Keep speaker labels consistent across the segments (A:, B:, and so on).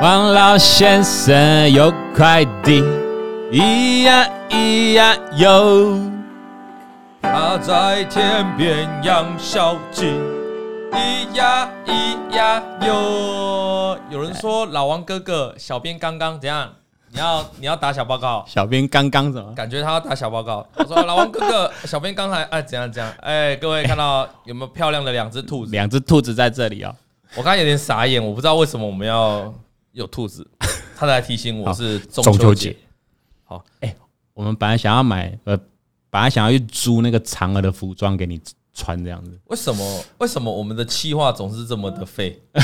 A: 王老先生有快递，咿呀咿呀哟，
B: 他在天边养小鸡，咿呀咿呀哟。有人说老王哥哥，小编刚刚怎样？你要你要打小报告，
A: 小编刚刚怎么？
B: 感觉他要打小报告。他说老王哥哥，小编刚才哎怎样怎样？哎，各位看到有没有漂亮的两只兔 子？
A: 两只兔子在这里哦。
B: 我刚才有点傻眼，我不知道为什么我们要有兔子。他来提醒我
A: 好
B: 是
A: 中
B: 中
A: 秋
B: 秋
A: 节
B: 节，
A: 我们本来想要买，呃，本来想要去租那个嫦娥的服装给你穿，这样子。
B: 为什么？为什么我们的气话总是这么
A: 嗯
B: 的废？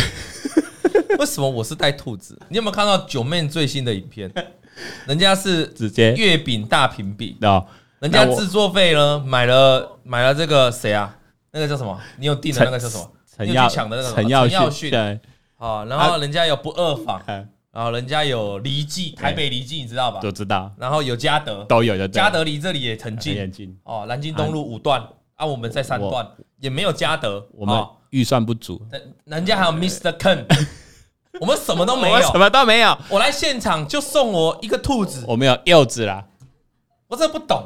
B: 为什么我是带兔子？你有没有看到九妹最新的 影片？人家是
A: 直接
B: 月饼大评比，
A: 哦，
B: 人家
A: 那我
B: 制作费呢买了买了这个谁啊？那个叫什么？你有订的那个叫什么？
A: 陈
B: 你有
A: 耀
B: 去抢的那个什么
A: 陈耀
B: 陈耀
A: 迅
B: 迅
A: 对，啊
B: 好，然后人家有不二坊，
A: 嗯，
B: 然后人家有离记，台北离记你知道吧
A: 都？知道，
B: 然后有嘉德，
A: 都有的。
B: 嘉德离这里也很近
A: 眼镜，
B: 哦，南京东路五段啊，我们在三
A: 哎我
B: 段，也没有嘉德，
A: 我们
B: 哦
A: 预算不足，
B: 人人家还有 Mr. Ken，我们什么都没
A: 我们什
B: 有。
A: 么都没有，
B: 我来现场就送我一个兔子，
A: 我们有柚子啦，
B: 我真的不懂。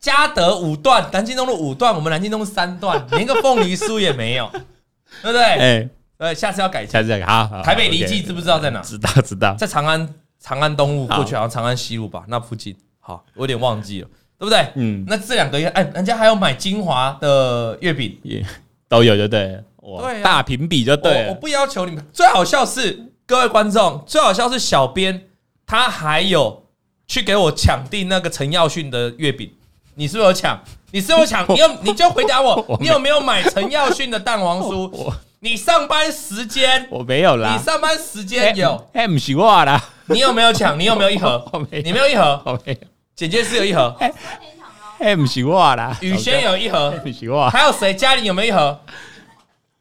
B: 嘉德五段，南京东路五段，我们南京东路三 段，连个凤梨酥也没有，对不对？
A: 哎，
B: 呃，下次要改进。
A: 下次再看好，好
B: 台北离
A: OK
B: 记知不知道在哪？
A: 知道知道，
B: 在长安长安东路
A: 好
B: 过去，好像长安西路吧，那附近。好，我有点忘记了，对不对？
A: 嗯，
B: 那这两个月，哎，人家还有买金华的月饼，
A: 也都有就对了，哇
B: 对啊
A: 大评比就对
B: 我我
A: 了，
B: 不要求你们。最好笑是各位观众，最好笑是小编他还有去给我抢订那个陈耀迅的月饼，你是不是有抢？你是不是 有抢？你有你就回答
A: 我
B: 我，
A: 没
B: 你有没有买陈耀迅的蛋黄酥？
A: 我
B: 你上班时间，
A: 我没有啦
B: 你，上班时间
A: 哎
B: 有，，
A: 哎，不是我啦，
B: 你有没有抢？你有没有一盒
A: 我没有？
B: 你没有一盒，
A: 我没有，
B: 简介是有一盒，
A: 哎，不是我啦，
B: 宇轩有一盒
A: 哎，，不是我，
B: 还有谁家里有没有一盒？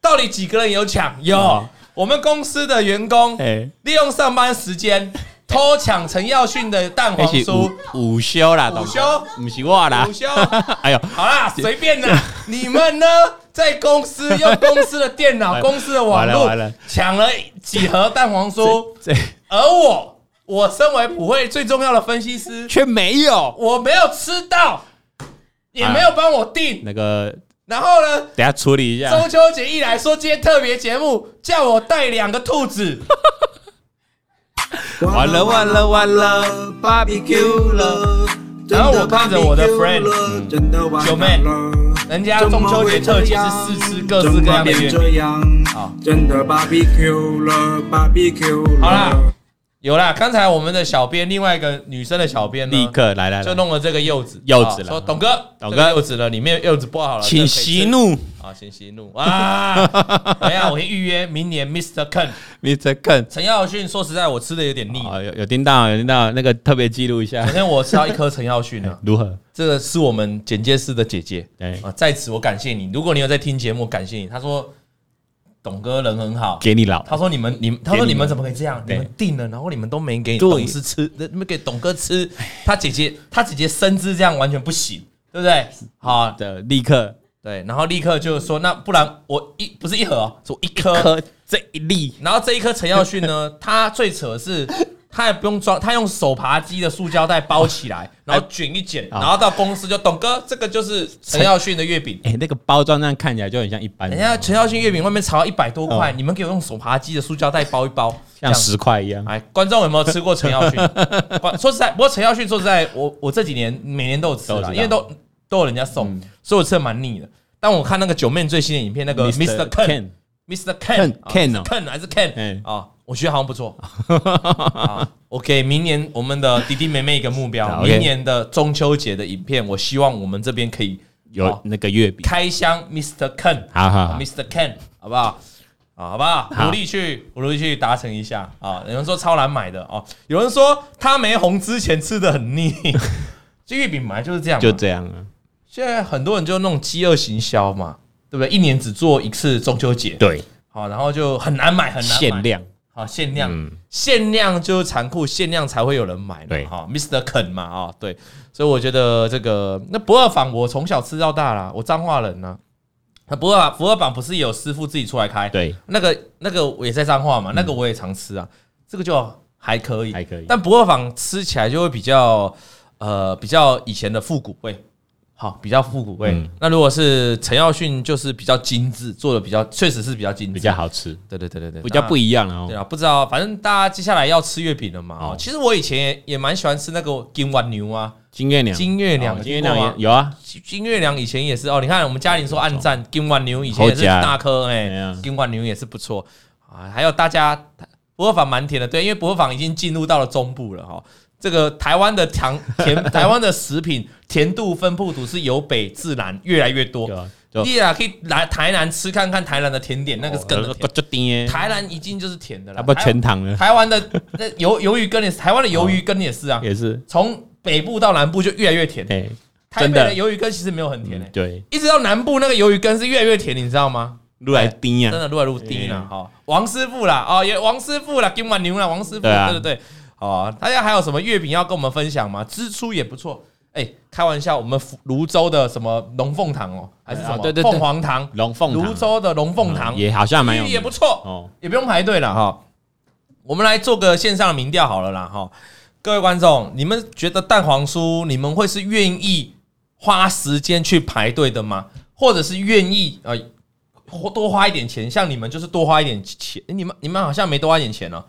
B: 到底几个人有抢？有
A: 哦，
B: 我们公司的员工
A: 哎，
B: 利用上班时 间偷抢陈耀迅的蛋黄
A: 那是
B: 酥，
A: 午午休啦，
B: 午
A: 懂吗
B: 休，
A: 不是我啦
B: 午，休。
A: 哎呦，
B: 好啦，随 便啦，你们呢？在公司用公司的电脑、公司的网
A: 完了完
B: 络
A: 了
B: 抢了几盒蛋黄酥，
A: 这
B: 而我，我身为普惠最重要的分析师，
A: 却没有
B: 我没有吃到，也没有帮我订。
A: 那个，
B: 然后呢，
A: 等下处理一下，
B: 中秋节一来说，今天特别节目叫我带两个兔子，
A: 完了完了完了，
C: barbecue 了。
B: 然后我看着我的 friend，
C: 嗯真的完了
B: 九妹人家中秋节特辑是试吃各式各样的月饼
C: 怎么会。这样
B: 好
C: 真的 barbecue 了，barbecue 了。
B: 好啦，有啦，刚才我们的小编，另外一个女生的小编呢
A: 立刻来来
B: 就
A: 来，
B: 弄了这个柚子，
A: 柚子了
B: 啊说董哥，
A: 董
B: 董
A: 哥
B: 哥柚子了，里面柚子剥好了，
A: 请息怒
B: 这个可以吃啊，请息怒啊！ 等一下，我先预约明年 Mr. Ken
A: ，Mr. Ken，
B: 陈耀迅。说实在，我吃的有点腻。
A: 啊，有有听到有听到，那个特别记录一下
B: 昨，天我吃到一颗陈耀迅
A: 哎
B: 啊，
A: 如何？
B: 这个是我们剪接师的姐姐
A: 对
B: 啊，在此我感谢你。如果你有在听节目，感谢你。她说董哥人很好，
A: 给你老，
B: 他说你们，你们，他说你们怎么可以这样？你
A: 对
B: 们定了，然后你们都没给
A: 对
B: 董事吃，你们给董哥吃。他姐姐，他姐姐深知这样完全不行，对不对？好，
A: 的立刻
B: 对，然后立刻就说，那不然我一不是一盒哦，是我一颗。
A: 磕这一粒，
B: 然后这一颗陈耀迅呢， 他最扯的是，他也不用装，他用手扒鸡的塑胶袋包起来， 然后卷一卷，然后到公司就董哥，这个就是哎啊陈嗯耀迅的月饼。
A: 哎，那个包装上看起来就很像一般
B: 人
A: 人，
B: 家陈耀迅月饼外面炒一百多块，
A: 哦
B: 你们给我用手扒鸡的塑胶袋包一包，这
A: 像
B: 样
A: 十块一样，
B: 哎，观众有没有吃过陈耀 迅？观说实在，不过陈耀迅说实在，我我这几年每年都有吃
A: 都知道嗯
B: 啦，因为都都有人家送，所以我吃的蛮腻的。但我看那个九妹最新的影片，那个 Mr. Ken Mr. Ken 啊
A: Ken- Ken 哦
B: Ken 还是
A: 哎
B: Ken 啊，我觉得好像 不错。啊 OK，明年我们的弟弟妹妹一个目标，
A: 好，OK
B: 明年的中秋节的影片，我希望我们这边可以
A: 有
B: 好
A: 那个月饼，
B: 开箱 Mr. Ken。
A: 好好好，
B: Mr. Ken，好不好？啊，好不好？
A: 啊好
B: 努力去，努力去达成一下啊！有人说超难买的哦，有人说他没红之前吃的很腻， 这月饼本来就是这样嘛，
A: 就这样啊，
B: 现在很多人就那种饥饿行销嘛，对不对？一年只做一次中秋节，
A: 对，
B: 好，然后就很难买，很难买
A: 限，量，
B: 好限量，
A: 嗯
B: 限量就是残酷，限量才会有人买嘛，
A: 对
B: 哈，Mr. Ken 嘛，啊、对，所以我觉得这个那不二坊我从小吃到大啦，我彰化人呐、那不二不二坊不是有师傅自己出来开，
A: 对，嗯
B: 那个那个我也在彰化嘛，那个我也常吃啊。这个就还可以，
A: 还可以
B: 但不二坊吃起来就会比较呃比较以前的复古味，好，比较复古味。
A: 嗯
B: 那如果是陈耀迅，就是比较精致，做的比较确实是比较精致，
A: 比较。好吃，
B: 对对对对对，
A: 比较不一样了
B: 那。对
A: 哦。
B: 啊，不知道，反正大家接下来要吃月饼了嘛。哦
A: 哦，
B: 其实我以前也也蛮喜欢吃那个金碗牛啊，
A: 金月亮，
B: 金月亮
A: 哦
B: 有
A: 金月
B: 听过
A: 亮
B: 吗
A: 也有啊，
B: 金月亮以前也是哦，你看我们嘉玲说暗赞金碗牛以前
A: 好
B: 也是
A: 假
B: 大颗
A: 哎
B: 哎
A: 呀，
B: 金碗牛也是不错啊。还有大家薄荷坊蛮甜的，对，因为薄荷坊已经进入到了中部了哈、哦。这个台湾的糖甜， 台湾的食品甜度分布图是由北至南越来越多
A: 对。啊，就
B: 你也可以来台南吃看看台南的甜点，那个是更
A: 哦
B: 甜。
A: 就甜的，
B: 台南已经就是甜的了，
A: 差啊不多
B: 台
A: 全糖了，
B: 台湾的 那鱿鱿鱼羹也是，台湾的
A: 哦
B: 鱿鱼羹也是啊，
A: 也是，
B: 从北部到南部就越来越甜。
A: 哎，
B: 台
A: 真
B: 北的
A: 的
B: 鱿鱼羹其实没有很甜诶、欸
A: 嗯对，
B: 一直到南部那个鱿鱼羹是越来越甜，你知道吗？
A: 路来低
B: 真
A: 啊，
B: 的越来越低了
A: 嗯
B: 哈、王师傅啦，哦，也王师傅啦，金碗牛啦，王师傅，
A: 对啊
B: 对对对，哦，大家还有什么月饼要跟我们分享吗？支出也不错，哎、开玩笑，我们福泸州的什么龙凤堂哦，还是什么、
A: 啊对对对
B: 凤凰堂，
A: 龙凤
B: 泸州的龙凤堂、
A: 嗯也好像蛮有
B: 也
A: 名
B: 也不错，
A: 哦，
B: 也不用排队了哈。我们来做个线上的民调好了啦哈，各位观众，你们觉得蛋黄酥你们会是愿意花时间去排队的吗？或者是愿意呃花多花一点钱？像你们就是多花一点钱，诶你们你们好像没多花一点钱哦、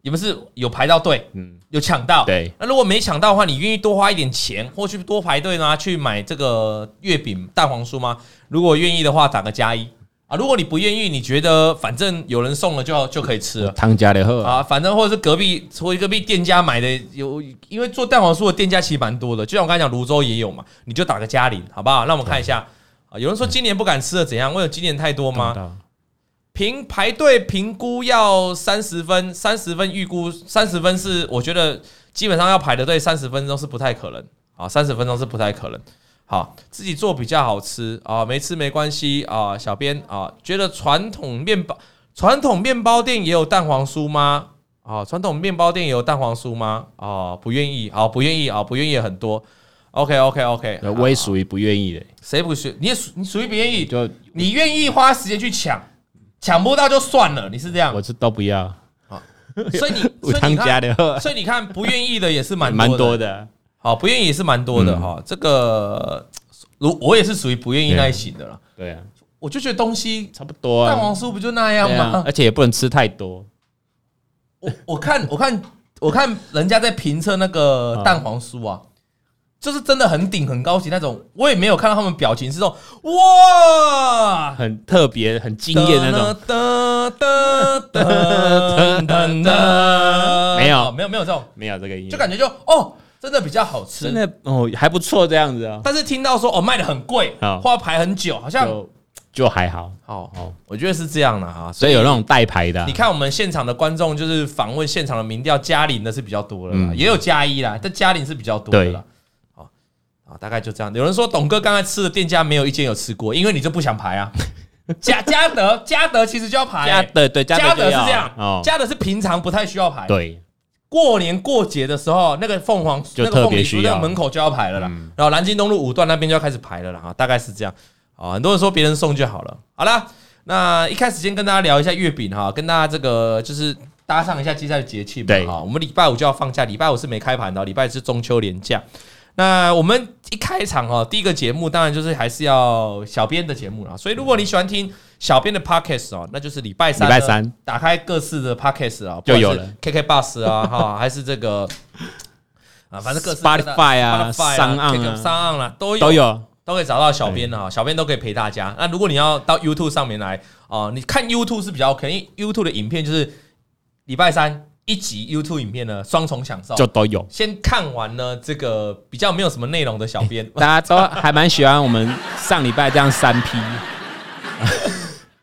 B: 你们是有排到队，
A: 嗯，
B: 有抢到。
A: 对，
B: 那如果没抢到的话，你愿意多花一点钱，或去多排队呢，去买这个月饼蛋黄酥吗？如果愿意的话，打个加一啊。如果你不愿意，你觉得反正有人送了就就可以吃了。
A: 汤家的喝啊，
B: 啊，反正或者是隔壁，或者隔壁店家买的有，因为做蛋黄酥的店家其实蛮多的，就像我刚才讲，泸州也有嘛，你就打个嘉陵，好不好？让我们看一下啊，有人说今年不敢吃了，怎样？为了今年太多吗？
A: 懂？
B: 评排队评估要三十分，三十分预估，三十分是我觉得基本上要排的队三十分钟是不太可能啊，三十分钟是不太可能。好，自己做比较好吃啊，没吃没关系啊。小编啊，觉得传统面包传统面包店也有蛋黄酥吗？啊，传统面包店也有蛋黄酥吗？哦、不愿意，啊，不愿意，啊，不愿意也很多。OK OK OK，
A: 懂我也属于不愿意的，
B: 谁不学？你也属你属于不愿意，
A: 就
B: 你愿意花时间去抢，抢不到就算了，你是这样
A: 我，是都不要，
B: 所 以你
A: 有
B: 所以
A: 汤
B: 你
A: 家
B: 看，
A: 的喝
B: 所以你看不愿意的也是 蛮
A: 蛮多
B: 多的，
A: 的，
B: 好，不愿意也是蛮多的
A: 嗯
B: 哈、这个如我也是属于不愿意那一型的啦，
A: 对啊，
B: 我就觉得东西
A: 差不多
B: 蛋
A: 啊，
B: 黄酥不就那样
A: 对啊
B: 吗，？
A: 而且也不能吃太多，
B: 我我看我看我看人家在评测那个
A: 嗯
B: 蛋黄酥啊。就是真的很顶很高级那种，我也没有看到他们表情是这种哇，
A: 很特别、很惊艳那种，
B: 种。噔噔噔噔噔
A: 没有
B: 哦没有没有这种，
A: 没有这个音乐，
B: 就感觉就哦，真的比较好吃。
A: 真的哦还不错这样子啊，
B: 但是听到说哦卖的很贵，
A: 好
B: 或要排很久，好像
A: 就就还好，
B: 好
A: 哦，
B: 我觉得是这样的哈。
A: 所以有那种代牌的啊
B: 你，看我们现场的观众，就是访问现场的民调，嘉玲的是比较多的啦，
A: 嗯
B: 也有加一啦，但嘉玲是比较多的啦。好啊，大概就这样。有人说董哥刚才吃的店家没有一间有吃过，因为你就不想排啊。嘉嘉德嘉德其实就要 排欸、
A: 加的对加
B: 加
A: 的就
B: 的
A: 是要
B: 这样
A: 哦，，
B: 加的是平常不太需要排，，
A: 对，
B: 过年过节的时候，那个凤凰
A: 就
B: 那个凤
A: 特别
B: 梨
A: 需
B: 酥那
A: 要嗯
B: 个门口就要排了啦，然后南京东路五段那边就要开始排了啦，哈，大概是这样。啊，很多人说别人送就好了。好啦，那一开始先跟大家聊一下月饼哈，跟大家这个就是搭上一下接下来的节气嘛
A: 对
B: 哈。我们礼拜五就要放假，礼拜五是没开盘的哦，礼拜是中秋连假。那我们一开场哦，第一个节目当然就是还是要小编的节目啦。所以如果你喜欢听小编的 podcast 哦，那就是礼拜三呢，
A: 礼拜三
B: 打开各式的 podcast 啊，
A: 就有了
B: KK Bus 啊， 哈，还是这个啊，反正各式各样的
A: Spotify 啊
B: Spotify
A: 上岸啊
B: KK 上岸啦，都有
A: 都有，
B: 都可以找到小编的啊哈，小编都可以陪大家。那如果你要到 YouTube 上面来哦、你看 YouTube 是比较 OK，因为 YouTube 的影片就是礼拜三一集 YouTube 影片呢，双重享受。
A: 就都有。
B: 先看完呢，这个比较没有什么内容的小 编，
A: 大家都还蛮喜欢我们上礼拜这样三批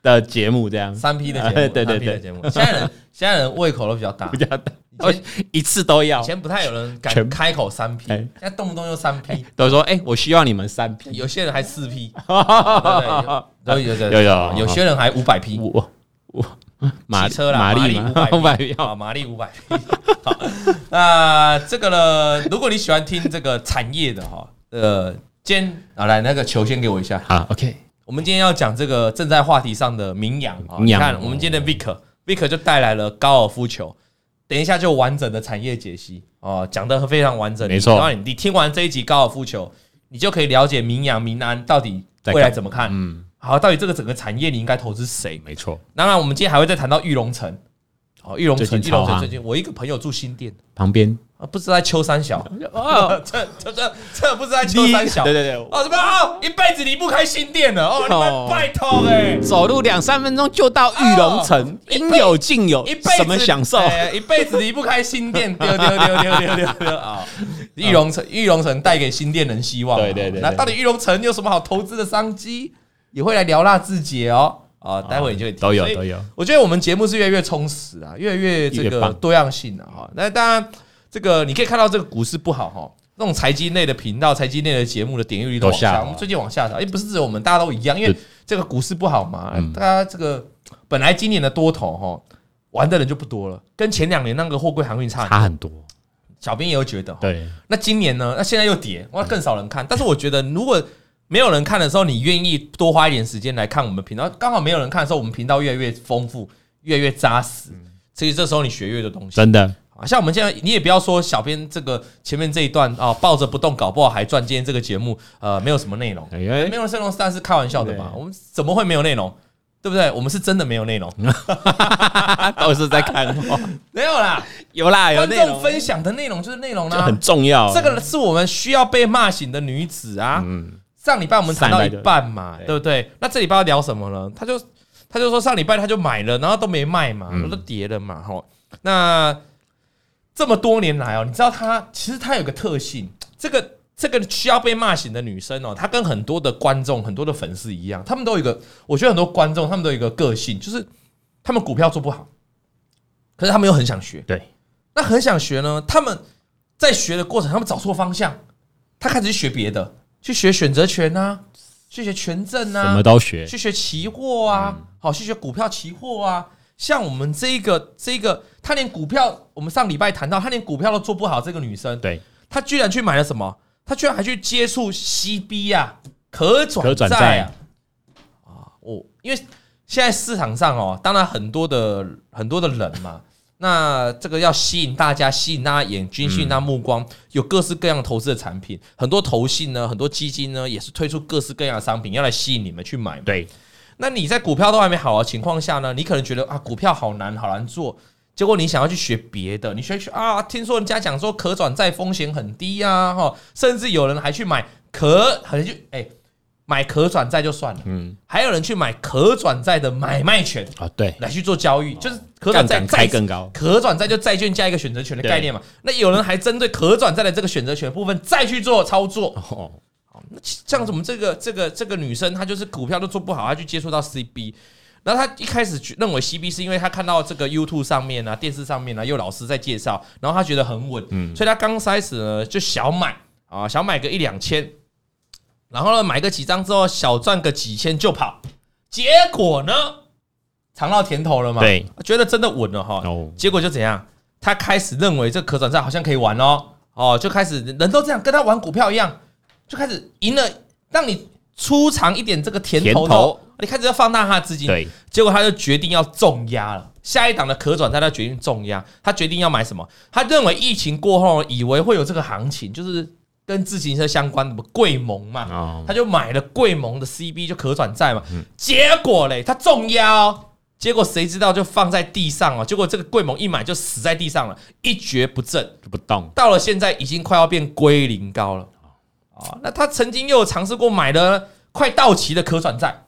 A: 的节目，这样
B: 三 P 的节目，
A: 哎对
B: 三
A: 对
B: P 的
A: 对，
B: 节目。现在人现在人胃口都比较大，
A: 比较大哦
B: 以前
A: 一次都要
B: 以，前不太有人敢
A: 全
B: 开口三 P，
A: 哎
B: 现在动不动就三 P，
A: 都说哎，我需要你们三批，
B: 有些人还四 P，
A: 我
B: 对有有
A: 有有
B: 有些人还五百 P，
A: 我马
B: 骑车啦，
A: 马
B: 马
A: 力
B: 力
A: 嘛，
B: 五
A: 五
B: 百
A: 百
B: 匹，
A: 票
B: 好，马力五百匹。 好，那这个呢？如果你喜欢听这个产业的哈，呃，今天啊，来那个球先给我一下。
A: 好，OK，
B: 我们今天要讲这个正在话题上的名扬啊，
A: 名
B: 你
A: 扬
B: 看我们今天的 Vic Vic 就带来了高尔夫球，等一下就完整的产业解析哦，讲的非常完整。
A: 没错
B: 然后你你听完这一集高尔夫球，你就可以了解明阳、明安到底
A: 在
B: 未来
A: 干
B: 怎么看。
A: 嗯，
B: 好，到底这个整个产业你应该投资谁？
A: 没错，
B: 当然，我们今天还会再谈到玉龙城。哦，玉龙
A: 最
B: 城，
A: 近
B: 玉龙
A: 超
B: 城
A: 夯
B: 最近，我一个朋友住新店，
A: 旁边
B: 啊，不知道在秋山小，
A: 哦，
B: 这这这这不知道在秋山小，
A: 对对对，
B: 哦，什么哦，一辈子离不开新店了哦，你们
A: 哦
B: 拜托哎、
A: 走路两三分钟就到玉龙城，
B: 一辈
A: 应有尽有
B: 一辈，子
A: 什么享受？
B: 哎一辈子离不开新店，丢丢丢丢丢丢 丢啊！玉龙城，玉龙城带给新店人希望啊。
A: 对对对对
B: 那到底玉龙城有什么好投资的商机？也会来聊那自己哦。啊，待会你就会听
A: 都有
B: 所以
A: 都有
B: 我觉得我们节目是越来越充实啊，越来越这
A: 越
B: 个
A: 棒
B: 多样性啊。哈，那当然，这个你可以看到这个股市不好哈。那种财经类的频道、财经类的节目的点阅率都往
A: 都下
B: 下，
A: 滑
B: 我们最近往下调，也不是只有我们，大家都一样，因为
A: 对
B: 这个股市不好嘛
A: 嗯，
B: 大家这个本来今年的多头哈，玩的人就不多了，跟前两年那个货柜航运差很多。
A: 差很多，
B: 小编也有觉得，
A: 对，
B: 那今年呢？那现在又跌，哇，更少人看。但是我觉得，如果没有人看的时候，你愿意多花一点时间来看我们频道，刚好没有人看的时候，我们频道越来越丰富，越来越扎实。所以这时候你学越多东西，
A: 嗯真的
B: 啊，像我们现在，你也不要说小编这个前面这一段啊，抱着不动，搞不好还赚。今天这个节目，呃，没有什么内容，
A: 哎
B: 没有内容，但是开玩笑的嘛。
A: 对
B: 我们怎么会没有内容？对不对？我们是真的没有内
A: 嗯
B: 容，
A: 哎，都是在看我，
B: 没有啦。
A: 有啦，有哎
B: 观
A: 内
B: 众
A: 容
B: 分享的内容就是内容
A: 就
B: 啦、
A: 很重要，
B: 这个是我们需要被骂醒的女子啊。
A: 嗯，
B: 上礼拜我们谈到
A: 上礼
B: 一
A: 拜就
B: 半嘛，
A: 对
B: 对不对？那这礼拜要聊什么呢？他就他就说上礼拜他就买了，然后都没卖嘛，
A: 嗯
B: 都跌了嘛，吼。那这么多年来哦，你知道他其实他有个特性，这个这个需要被骂醒的女生哦，她跟很多的观众、很多的粉丝一样，他们都有一个，我觉得很多观众他们都有一个个性，就是他们股票做不好，可是他们又很想学，
A: 对，
B: 那很想学呢，他们在学的过程，他们找错方向，他开始去学别的，去学选择权啊，去学权证
A: 什么嗯
B: 啊，
A: 都学，
B: 去学期货啊，好，去学股票期货啊。像我们这一个这一个，他连股票，我们上礼拜谈到，他连股票都做不好，这个女生，
A: 对，
B: 她居然去买了什么？她居然还去接触 CB 啊，可转
A: 可转
B: 债
A: 债
B: 啊！啊，我因为现在市场上哦，当然很多的很多的人嘛，那这个要吸引大家，吸引大家眼睛，
A: 嗯
B: 吸引大家目光，有各式各样投资的产品，很多投信呢，很多基金呢，也是推出各式各样的商品，要来吸引你们去买嘛。
A: 对，
B: 那你在股票都还没好的情况下呢，你可能觉得啊，股票好难，好难做。结果你想要去学别的，你学学啊，听说人家讲说可转债风险很低啊，哈，甚至有人还去买可，很就哎、买可转债就算了，
A: 嗯，
B: 还有人去买可转债的买卖权
A: 啊，对，
B: 来去做交易，就是可转债
A: 哦杠杆开
B: 债
A: 更高，
B: 可转债就债券加一个选择权的概念嘛。那有人还针对可转债的这个选择权部分再去做操作，
A: 哦，
B: 那这样子，我们这个这个这个女生，她就是股票都做不好，她去接触到 CB，然后她一开始觉认为 CB 是因为她看到这个 YouTube 上面啊、电视上面啊，又有老师在介绍，然后她觉得很稳，
A: 嗯
B: 所以她刚开始呢就小买啊，小买个一两千，然后呢买个几张之后小赚个几千就跑，结果呢尝到甜头了嘛，
A: 对，
B: 觉得真的稳了哈，
A: 哦，
B: 结果就怎样？他开始认为这可转债好像可以玩哦，哦，就开始人都这样，跟他玩股票一样，就开始赢了，让你出场一点这个甜头
A: 甜头
B: 之后你开始要放大他的资金，
A: 对，
B: 结果他就决定要重压了。下一档的可转债，他决定重压，他决定要买什么？他认为疫情过后，以为会有这个行情，就是跟自行车相关的什么贵盟嘛，
A: 哦，
B: 他就买了贵盟的 CB 就可转债嘛，结果嘞，他中压哦，结果谁知道就放在地上哦，结果这个贵盟一买就死在地上了，一蹶不振，
A: 就不动，
B: 到了现在已经快要变归零高了哦，那他曾经又有尝试过买了快到期的可转债，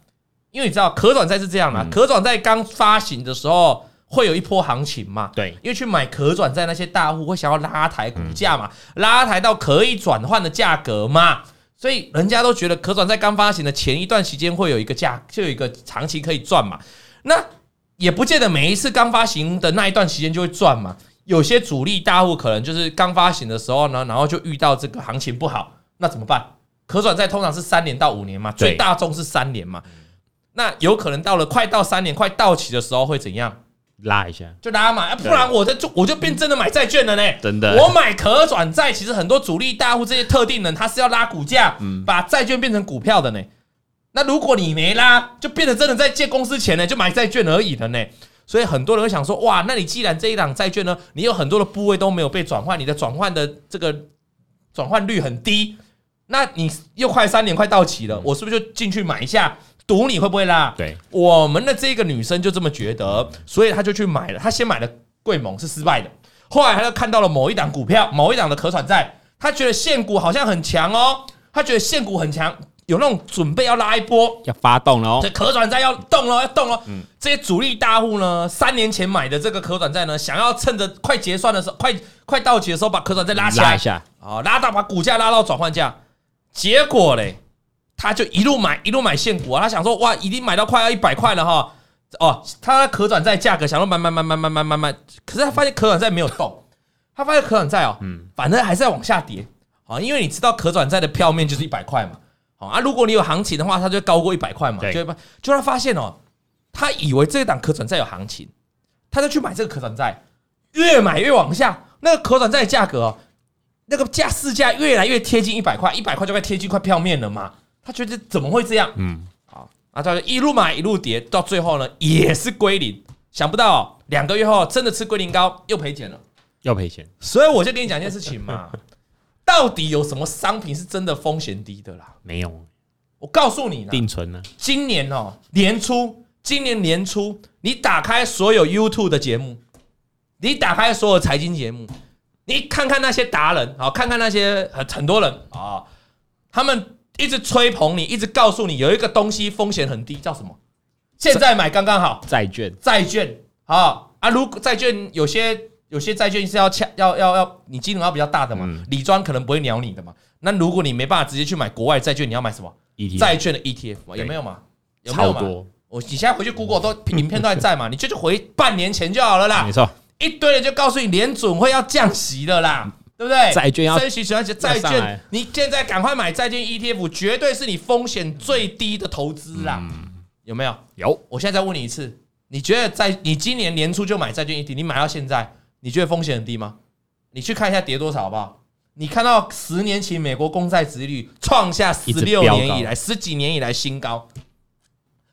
B: 因为你知道可转债是这样啦，可转债刚发行的时候会有一波行情嘛，
A: 对，
B: 因为去买可转债那些大户会想要拉抬股价嘛，拉抬到可以转换的价格嘛，所以人家都觉得可转债刚发行的前一段时间会有一个价，就有一个长期可以赚嘛。那也不见得每一次刚发行的那一段时间就会赚嘛。有些主力大户可能就是刚发行的时候呢，然后就遇到这个行情不好，那怎么办？可转债通常是三年到五年嘛，
A: 对
B: 最大宗是三年嘛。那有可能到了快到三年快到期的时候会怎样？
A: 拉一下，
B: 就拉嘛，啊不然我这就我就变真的买债券了呢。
A: 真的
B: 我买可转债，其实很多主力大户这些特定人，他是要拉股价，
A: 嗯
B: 把债券变成股票的呢。那如果你没拉，就变得真的在借公司钱呢，就买债券而已了呢。所以很多人会想说，哇，那你既然这一档债券呢，你有很多的部位都没有被转换，你的转换的这个转换率很低，那你又快三年快到期
A: 嗯
B: 了，我是不是就进去买一下，赌你会不会啦？
A: 对，
B: 我们的这个女生就这么觉得，所以她就去买了。她先买了贵盟是失败的，后来她就看到了某一档股票，某一档的可转债，她觉得现股好像很强哦，她觉得现股很强，有那种准备要拉一波，
A: 要发动了哦
B: 这，可转债要动了，要动了。这些主力大户呢，三年前买的这个可转债呢，想要趁着快结算的时候，快快到期的时候，把可转债拉起来，
A: 一下，
B: 啊，拉到把股价拉到转换价，结果嘞，他就一路买一路买现股啊，他想说哇，已经买到快要一百块了哈，哦，他的可转债价格想说买买买买买买买买，可是他发现可转债没有动，他发现可转债哦，嗯，反正还是在往下跌，啊，因为你知道可转债的票面就是一百块嘛，好啊，如果你有行情的话，它就会高过一百块嘛，
A: 对
B: 就会就他发现哦，他以为这一档可转债有行情，他就去买这个可转债，越买越往下，那个可转债的价格、哦。那个价市价越来越贴近一百块，一百块就快贴近快票面了嘛。他觉得怎么会这样？
A: 嗯，
B: 好，那他就一路买一路跌，到最后呢也是归零。想不到哦、两个月后真的吃归零膏又赔钱了。
A: 要赔钱，
B: 所以我就跟你讲一件事情嘛，到底有什么商品是真的风险低的啦？
A: 没有
B: 我告诉你啦，
A: 定存啊呢，
B: 今年哦年初，今年年初你打开所有 YouTube 的节目，你打开所有财经节目，你看看那些达人，好看看那些很很多人啊、他们一直吹捧你，一直告诉你有一个东西风险很低，叫什么？现在买刚刚好，
A: 债券
B: 债券啊啊，如果债券有些有些债券是要恰要要要你金额要比较大的嘛，
A: 嗯
B: 理专可能不会鸟你的嘛。那如果你没办法直接去买国外债券，你要买什么？
A: ，ETF
B: 债券的 ETF 嘛，
A: 对
B: 有没有嘛？有没
A: 超
B: 有嘛？
A: 多，
B: 我你现在回去 Google 都影片都 还在嘛，你就就回半年前就好了啦
A: 没。错，
B: 一堆人就告诉你联准会要降息了啦，对不对？
A: 嗯债券要
B: 升息，而且债
A: 要上
B: 券
A: 来，
B: 你现在赶快买债券 ETF，绝对是你风险最低的投资啦，
A: 嗯
B: 有没有？
A: 有
B: 我现在再问你一次，你觉得在你今年年初就买债券 ETF，你买到现在，你觉得风险很低吗？你去看一下跌多少好不好？你看到十年期美国公债殖利率创下十
A: 一直
B: 六
A: 飙高
B: 年以来、十几年以来新高，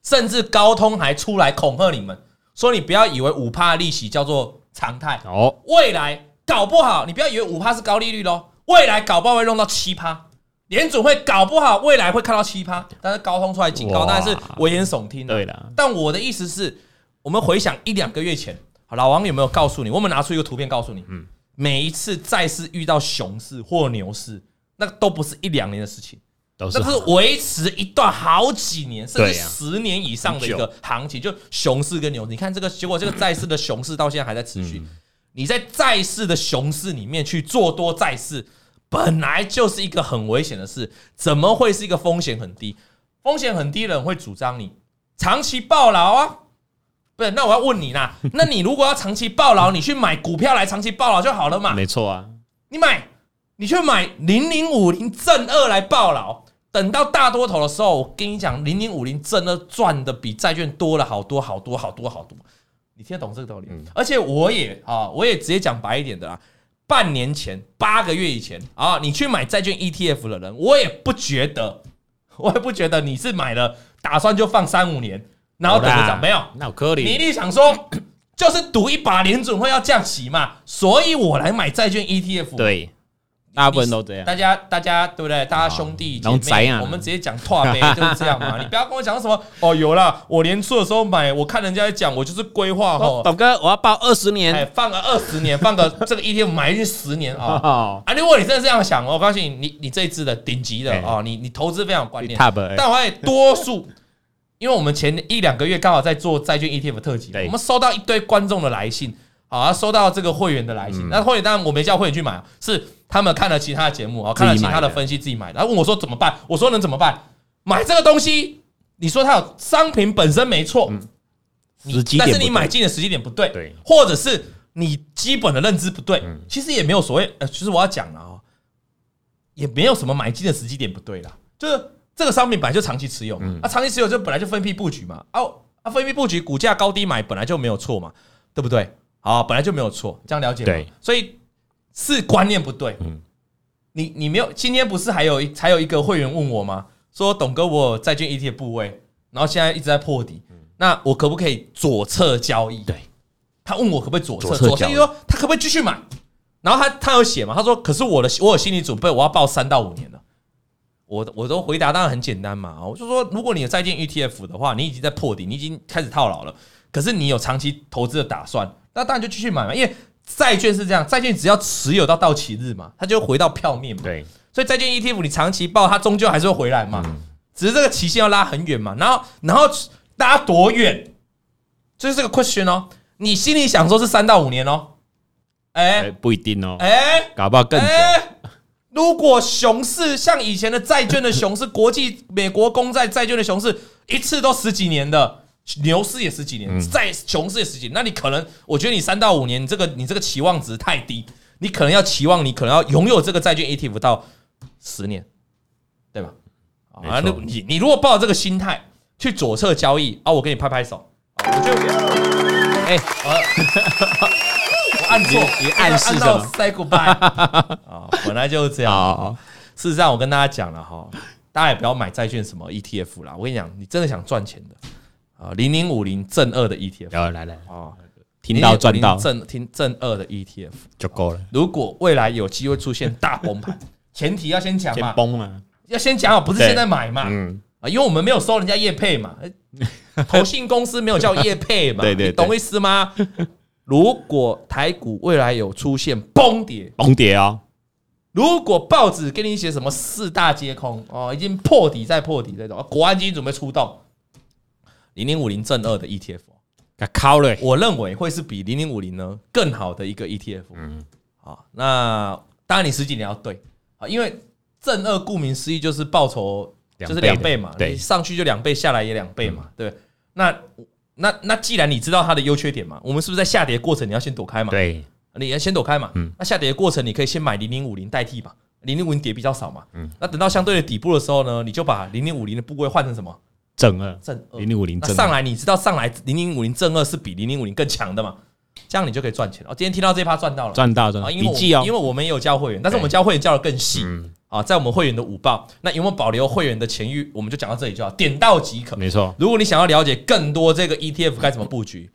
B: 甚至高通还出来恐吓你们，说你不要以为五帕利息叫做常态，
A: 哦，
B: 未来搞不好你不要以为五帕是高利率喽，未来搞不好会弄到七趴，联总会搞不好未来会看到七趴，但是高通出来警
A: 哇
B: 告，当然是危言耸听了。啊
A: 对了，
B: 但我的意思是，我们回想一两个月前，好老王有没有告诉你？我们拿出一个图片告诉你，嗯，每一次债市遇到熊市或牛市，那都不是一两年的事情，
A: 都是
B: 那是维持一段好几年甚至
A: 对啊
B: 十年以上的一个行情，就熊市跟牛市。你看这个结果，这个债市的熊市到现在还在持
A: 嗯
B: 续。你在债市的熊市里面去做多债市，本来就是一个很危险的事，怎么会是一个风险很低？风险很低的人会主张你长期抱牢啊。不是，那我要问你啦，那你如果要长期抱牢，你去买股票来长期抱牢就好了嘛？
A: 没错啊，
B: 你买，你去买零零五零正二来抱牢，等到大多头的时候，我跟你讲，零零五零正二赚的比债券多了好多好多好多好多，你听得懂这个道理？而且我也啊，我也直接讲白一点的啦。半年前、八个月以前啊，你去买债券 ETF 的人，我也不觉得，我也不觉得你是买了打算就放三五年，然后等着
A: 好啦
B: 涨，没有，
A: 那有颗
B: 你一
A: 粒
B: 定想说，就是赌一把联准会要降息嘛，所以我来买债券 E ETF。，
A: 对，大部分都这样，
B: 大家大家对不对？大家兄弟
A: 然后
B: 姐妹，
A: 宅啊
B: 我们直接讲拓 呗，就是这样嘛。你不要跟我讲什么哦，有啦，我年初的时候买，我看人家在讲，我就是规划
A: 哦
B: 哦，
A: 董哥，我要报二十
B: 哎，
A: 年
B: 放个二十 年，放个这个 ETF 买进去十年啊。
A: 哦
B: 啊！如果你真的这样想，我告诉你，你你这一支的顶级的
A: 哎
B: 哦，你你投资非常有观念。
A: ，Top 哎
B: 但我也多数， 因为我们前一两个月刚好在做债券 ETF 特辑，
A: 对
B: 我们收到一堆观众的来信，好、啊，收到这个会员的来信。那会员当然我没叫会员去买啊，是他们看了其他的节目啊，看了其他的分析自己买的，然后问我说怎么办？我说能怎么办？买这个东西，你说它有商品本身没错，你
A: 时机
B: 但
A: 点
B: 是
A: 不
B: 你
A: 对
B: 买进的时机点不对，
A: 对嗯
B: 或者是你基本的认知不对，其实也没有所谓。呃，其实我要讲了啊、哦，也没有什么买进的时机点不对啦，就是这个商品本来就长期持有，
A: 嗯
B: 啊，长期持有就本来就分批布局嘛，啊啊，分批布局股价高低买本来就没有错嘛，对不对？啊，本来就没有错，这样了解吗
A: 对，
B: 所以是观念不对。
A: 嗯
B: 你你没有，今天不是还有一还有一个会员问我吗？说董哥，我有 E 债券 ETF 部位，然后现在一直在破底，那我可不可以左侧交易？
A: 对，
B: 他问我可不可以左侧，
A: 左侧
B: 左侧
A: 脚
B: 就说他可不可以继续买，然后他他有写嘛，他说可是我的我有心理准备，我要报三到五年了。我我都回答当然很简单嘛，我就说如果你有在建 ETF 的话，你已经在破底，你已经开始套牢了，可是你有长期投资的打算，那当然就继续买嘛，因为债券是这样，债券只要持有到到期日嘛，它就会回到票面嘛。
A: 对，
B: 所以债券 ETF 你长期报，它终究还是会回来嘛，只是这个期限要拉很远嘛。然后，然后拉多远？这就是这个 question 哦。你心里想说是三到五年哦，
A: 哎，
B: 哎
A: 不一定哦，
B: 哎
A: 搞不好更久。
B: 哎，如果熊市像以前的债券的熊市，国际美国公债债券的熊市，一次都十几年的。牛市也十几
A: 嗯
B: 年，债熊市也十几年，那你可能，我觉得你三到五年，你这个你这个期望值太低，你可能要期望你可能要拥有这个债券 ETF 到十年，对吧？啊，
A: 没
B: 那
A: 错
B: 你你如果抱着这个心态去左侧交易啊，我给你拍拍手，啊我觉得
A: 哎，
B: 我按错，
A: 你你暗示
B: 按到
A: 什么
B: say goodbye 啊，本来就是这样。
A: 好，
B: 事实上，我跟大家讲了哈，大家也不要买债券什么 ETF 啦。我跟你讲，你真的想赚钱的啊，零零五零正二的 ETF
A: 然后来来，
B: 啊，
A: 听到赚到
B: 0050正听正二的 ETF。
A: 就够了，
B: 如果未来有机会出现大崩盘，前提要先讲嘛
A: 先，崩啊了。
B: 要先讲好，不是
A: 对
B: 现在买嘛。
A: 嗯，
B: 啊，因为我们没有收人家业配嘛，呃投信公司没有叫业配 嘛，
A: 对对对
B: 你懂我意思吗？如果台股未来有出现崩跌，
A: 崩跌哦，
B: 如果报纸给你写什么四大皆空哦，已经破底再破底这种，啊国安基金准备出动零零五零正二的 ETF，
A: 给敲了。
B: 我认为会是比零零五零呢更好的一个 ETF。嗯，好，那当然你十几年要对啊，因为正二顾名思义就是报酬
A: 两倍
B: 就是
A: 的
B: 两倍嘛，
A: 对嗯
B: 你上去就两倍，下来也两倍嘛，对不对？那那那既然你知道它的优缺点嘛，我们是不是在下跌过程你要先躲开嘛？
A: 对，
B: 你要先躲开嘛。
A: 嗯
B: 那下跌的过程，你可以先买零零五零代替嘛，零零五零跌比较少嘛。
A: 嗯
B: 那等到相对的底部的时候呢，你就把零零五零的部位换成什么
A: 正二
B: 正二
A: 零。零五零
B: 那
A: 正
B: 上
A: 二，
B: 来你知道上来零零五零正二是比零零五零更强的嘛？这样你就可以赚钱哦。今天听到这一趴赚到了，
A: 赚到赚到，
B: 啊，因
A: 笔
B: 为我
A: 记哦
B: 因为，我们也有教会员，但是我们教会员教的更细
A: 嗯
B: 啊，在我们会员的五报，那有没有保留会员的前域，我们就讲到这里就好，点到即可。
A: 没错，
B: 如果你想要了解更多这个 ETF 该怎么布局，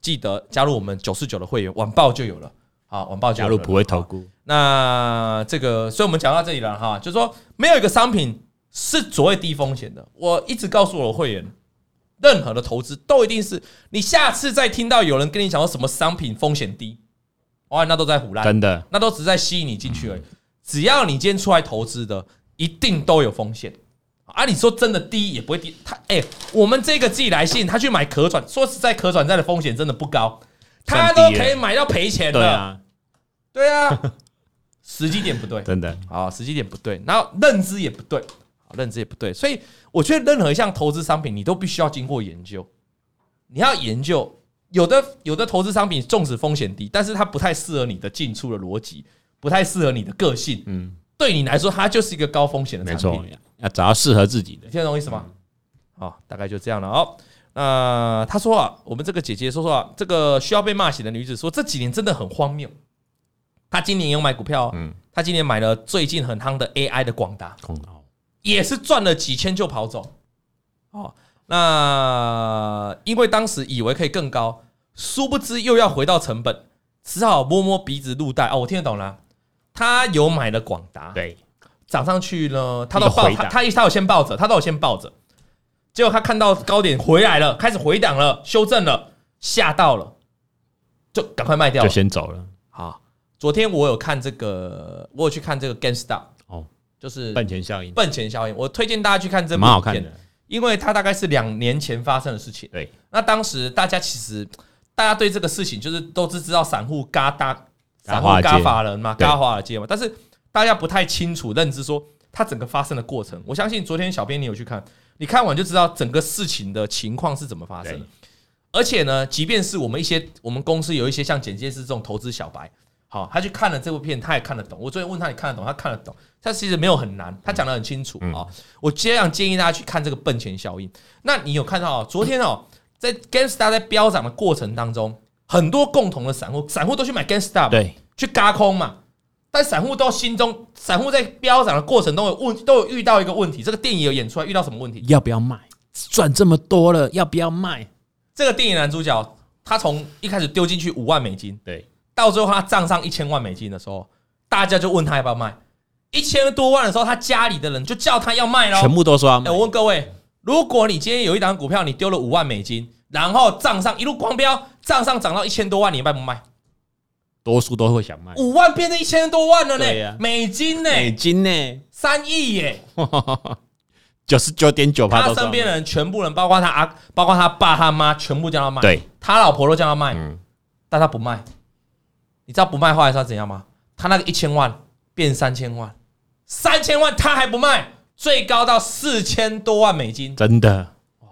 B: 记得加入我们九四九的会员，晚报就有了。好，晚报就
A: 加
B: 有
A: 入
B: 了
A: 不会投顾，
B: 那这个，所以我们讲到这里了哈，就是说没有一个商品是所谓低风险的。我一直告诉我的会员，任何的投资都一定是你下次再听到有人跟你讲说什么商品风险低，哇，那都在胡乱，
A: 真的
B: 那都只是在吸引你进去而已。
A: 嗯
B: 只要你今天出来投资的，一定都有风险。啊，你说真的低也不会低，他哎、我们这个寄来信，他去买可转，说实在，可转债的风险真的不高，他
A: 算
B: 都
A: 低了
B: 可以买到赔钱
A: 对
B: 哎的。
A: 啊，
B: 对啊，时机点不对，
A: 真的
B: 啊，时机点不对，然后认知也不对，啊，认知也不对，所以我觉得任何一项投资商品，你都必须要经过研究，你要研究。有的有的投资商品，纵使风险低，但是它不太适合你的进出的逻辑，不太适合你的个性。嗯
A: 嗯，
B: 对你来说，它就是一个高风险的
A: 没
B: 产品。
A: 错，要找到适合自己的
B: 你，听得懂我意思吗？好、大概就这样了哦。那他说啊，我们这个姐姐说说啊，这个需要被骂醒的女子说，这几年真的很荒谬。她今年也有买股票、哦，嗯，她今年买了最近很夯的 AI 的广达，
A: 空哦，
B: 也是赚了几千就跑走。哦，那因为当时以为可以更高，殊不知又要回到成本，只好摸摸鼻子入袋。哦，我听得懂了，她有买了广达，
A: 对，
B: 涨上去呢，他
A: 一
B: 都
A: 个
B: 抱
A: 回
B: 他
A: 档
B: 他他有先抱着，他都有先抱着，结果他看到高点回来了，开始回档了，修正了，吓到了，就赶快卖掉
A: 就
B: 了。
A: 先走了
B: 好，昨天我有看这个，我有去看这个 GameStop，
A: 哦，
B: 就是
A: 笨钱效应
B: 笨钱效应，我推荐大家去看这部
A: 蛮好看
B: 影片
A: 的，
B: 因为它大概是两年前发生的事情。
A: 对，
B: 那当时大家其实大家对这个事情就是都是知道散户嘎搭散
A: 嘎
B: 户
A: 华尔街
B: 嘎法人嘛，
A: 对
B: 嘎华尔街嘛，但是大家不太清楚认知说它整个发生的过程。我相信昨天小编你有去看，你看完就知道整个事情的情况是怎么发生的
A: 对。
B: 而且呢，即便是我们一些我们公司有一些像简介师这种投资小白，好，他去看了这部片，他也看得懂。我昨天问他你看得懂，他看得懂，他其实没有很难，他讲得很清楚啊、哦。我这样建议大家去看这个笨钱效应。那你有看到、哦、昨天哦，在 GameStar 在飙涨的过程当中，很多共同的散户，散户都去买 GameStar，嘛
A: 对，
B: 去嘎空嘛。但散户都心中，散户在飙涨的过程中有问，都有遇到一个问题。这个电影有演出来，遇到什么问题？
A: 要不要卖？赚这么多了，要不要卖？
B: 这个电影男主角他从一开始丢进去五万美金，
A: 对，
B: 到最后他账上一千万美金的时候，大家就问他要不要卖。一千多万的时候，他家里的人就叫他要卖喽。
A: 全部都说要
B: 哎、
A: 买
B: 我问各位，如果你今天有一档股票，你丢了五万美金，然后账上一路狂飙，账上涨到一千多万，你卖不卖？
A: 多数都会想卖
B: 五万变成一千多万了
A: 对
B: 呢
A: 呀，
B: 美金呢，
A: 美金呢，
B: 三亿耶！
A: 九十九点九八
B: 他
A: 都
B: 身边
A: 人
B: 的人全部人，包括他啊，包括他爸、他妈，全部叫他卖，
A: 对，
B: 他老婆都叫他卖，
A: 嗯，
B: 但他不卖。你知道不卖后来是他怎样吗？他那个一千万变三千万，三千万他还不卖，最高到四千多万美金。
A: 真的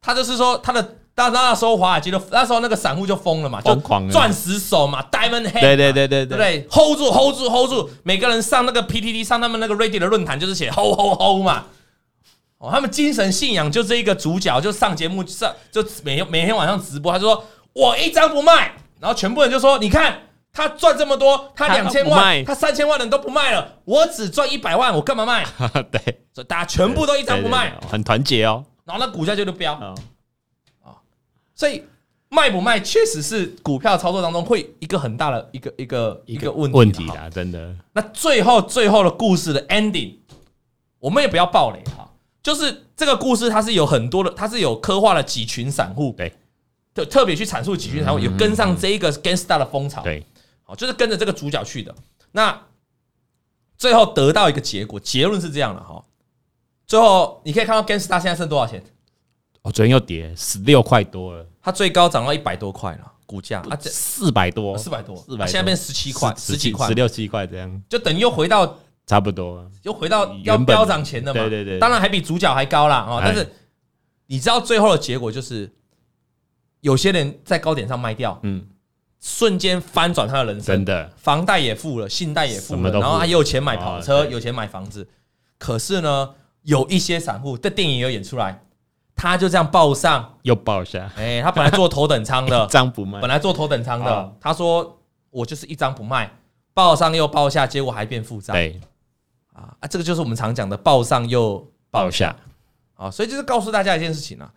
B: 他就是说他的，当那时候华尔街就那时候那个散户就疯了嘛，就
A: 疯狂了
B: 钻石手嘛，Diamond Head，嘛
A: 对对对对
B: 对不
A: 对
B: 对？hold 住 hold 住 hold 住，每个人上那个 PTT 上他们那个 Reddit 的论坛就是写 hold hold hold 嘛。哦，他们精神信仰就这一个主角，就上节目上就每天每天晚上直播，他就说我一张不卖，然后全部人就说你看他赚这么多，他
A: 他
B: 两千
A: 不卖
B: 万，他三千万人都不卖了，我只赚一百万，我干嘛卖？
A: 对，
B: 所以大家全部都一张不卖
A: 对，，对对很团结哦。
B: 然后那股价就就飙。
A: 哦
B: 所以卖不卖确实是股票操作当中会一个很大的一个一个一个问题
A: 问题
B: 哈
A: 啦，真的
B: 那最后最后的故事的 ending，我们也不要暴雷哈，就是这个故事它是有很多的，它是有刻画了几群散户，
A: 对，
B: 就特别去阐述几群散户，有跟上这一个 gangsta 的风潮，，
A: 对，
B: 好，就是跟着这个主角去的。那最后得到一个结果，结论是这样了哈。最后你可以看到 gangsta 现在剩多少钱？
A: 哦，昨天又跌十六块多了，
B: 它最高涨到一百多块了，股价啊，这
A: 四百多，
B: 四百多，
A: 四
B: 啊
A: 百，
B: 现在变十七块，十几块
A: 十，六七块这样，
B: 就等于又回到
A: 差不多。
B: 又回到
A: 原
B: 要
A: 本
B: 飙涨前的嘛，
A: 对对对
B: 当然还比主角还高啦啊、哦！
A: 哎
B: 但是你知道最后的结果就是，有些人在高点上卖掉，
A: 嗯，
B: 瞬间翻转他的人
A: 真
B: 生，
A: 的，
B: 房贷也付了，信贷也
A: 什
B: 付了，
A: 么都付
B: 然后他也有钱买跑车，
A: 哦对
B: 有钱买房子。可是呢，有一些散户，这电影也有演出来，他就这样报上，
A: 又爆一下，
B: 哎、他本来做头等舱的
A: 一，张不卖
B: 本，来做头等舱的
A: 哦，
B: 他说我就是一张不卖，报上又报下，结果还变负债。
A: 对，
B: 啊啊，这个就是我们常讲的报上又
A: 爆一下，
B: 啊，所以就是告诉大家一件事情啊，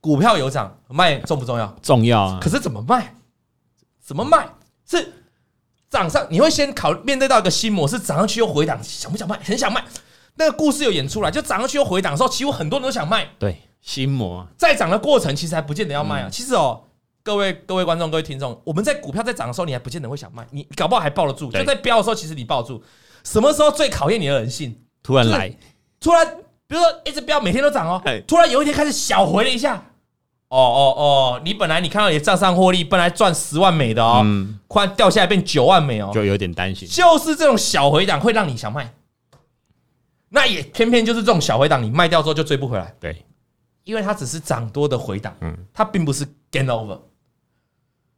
B: 股票有涨卖重不重要？
A: 重要啊
B: 可。是怎么卖？怎么卖？是涨上你会先考面对到一个心魔，是涨上去又回档，想不想卖？很想卖。那个故事有演出来，就涨上去又回档的时候，其实很多人都想卖。
A: 对，心魔啊，
B: 在涨的过程，其实还不见得要卖
A: 嗯
B: 啊。其实哦，各位各位观众、各位听众，我们在股票在涨的时候，你还不见得会想卖，你搞不好还抱得住。
A: 对
B: 就在飙的时候，其实你抱得住。什么时候最考验你的人性？
A: 突然来，
B: 突然，比如说一直飙，每天都涨哦
A: 嘿，
B: 突然有一天开始小回了一下，哦哦哦，你本来你看到你的账上获利，本来赚十万美的哦，
A: 嗯，
B: 突然掉下来变九万美哦，
A: 就有点担心。
B: 就是这种小回档会让你想卖，那也偏偏就是这种小回档，你卖掉之后就追不回来，
A: 对，
B: 因为它只是涨多的回档，
A: 嗯
B: 它并不是 gain over。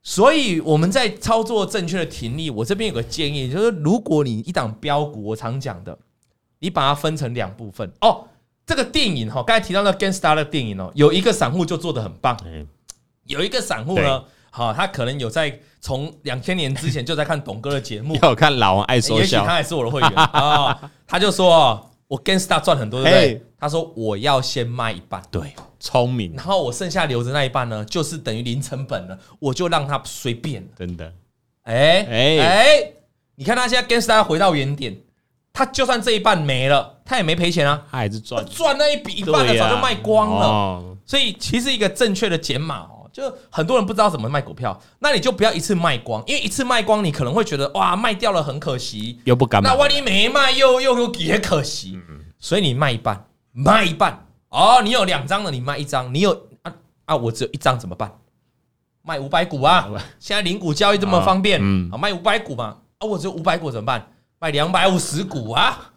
B: 所以我们在操作正确的停利，我这边有个建议，就是如果你一档标股，我常讲的，你把它分成两部分哦。这个电影哈、哦，刚才提到那个 Gangsta 的电影哦，有一个散户就做的很棒，
A: 嗯，
B: 有一个散户呢，好、他可能有在从两千年之前就在看董哥的节目，
A: 要看老王爱说
B: 也许
A: 笑
B: 他，也是我的 会员啊、哦他就说、哦，我 Gangsta 赚很多，对不对
A: 嘿？
B: 他说我要先卖一半，
A: 对，聪明
B: 然，后我剩下留着那一半呢，就是等于零成本了，我就让他随便了。
A: 真的，
B: 哎
A: 哎
B: 哎，你看他现在 Gangsta 回到原点，他就算这一半没了，他也没赔钱啊，
A: 他还是
B: 他
A: 赚啊哦
B: 赚那一笔一
A: 一
B: 半的早就卖光了。
A: 了。
B: 所以其实一个正确的减码哦，就很多人不知道怎么卖股票，那你就不要一次卖光，因为一次卖光你可能会觉得哇卖掉了很可惜，
A: 又不敢买
B: 那，万一没卖又又又也可惜，所以你卖一半，卖一半哦，你有两张的你卖一张，你有啊啊我只有一张怎么办？卖五百股啊，现在零股交易这么方便，
A: 啊嗯
B: 啊卖五百股嘛，啊我只有五百股怎么办？卖两百五十股啊，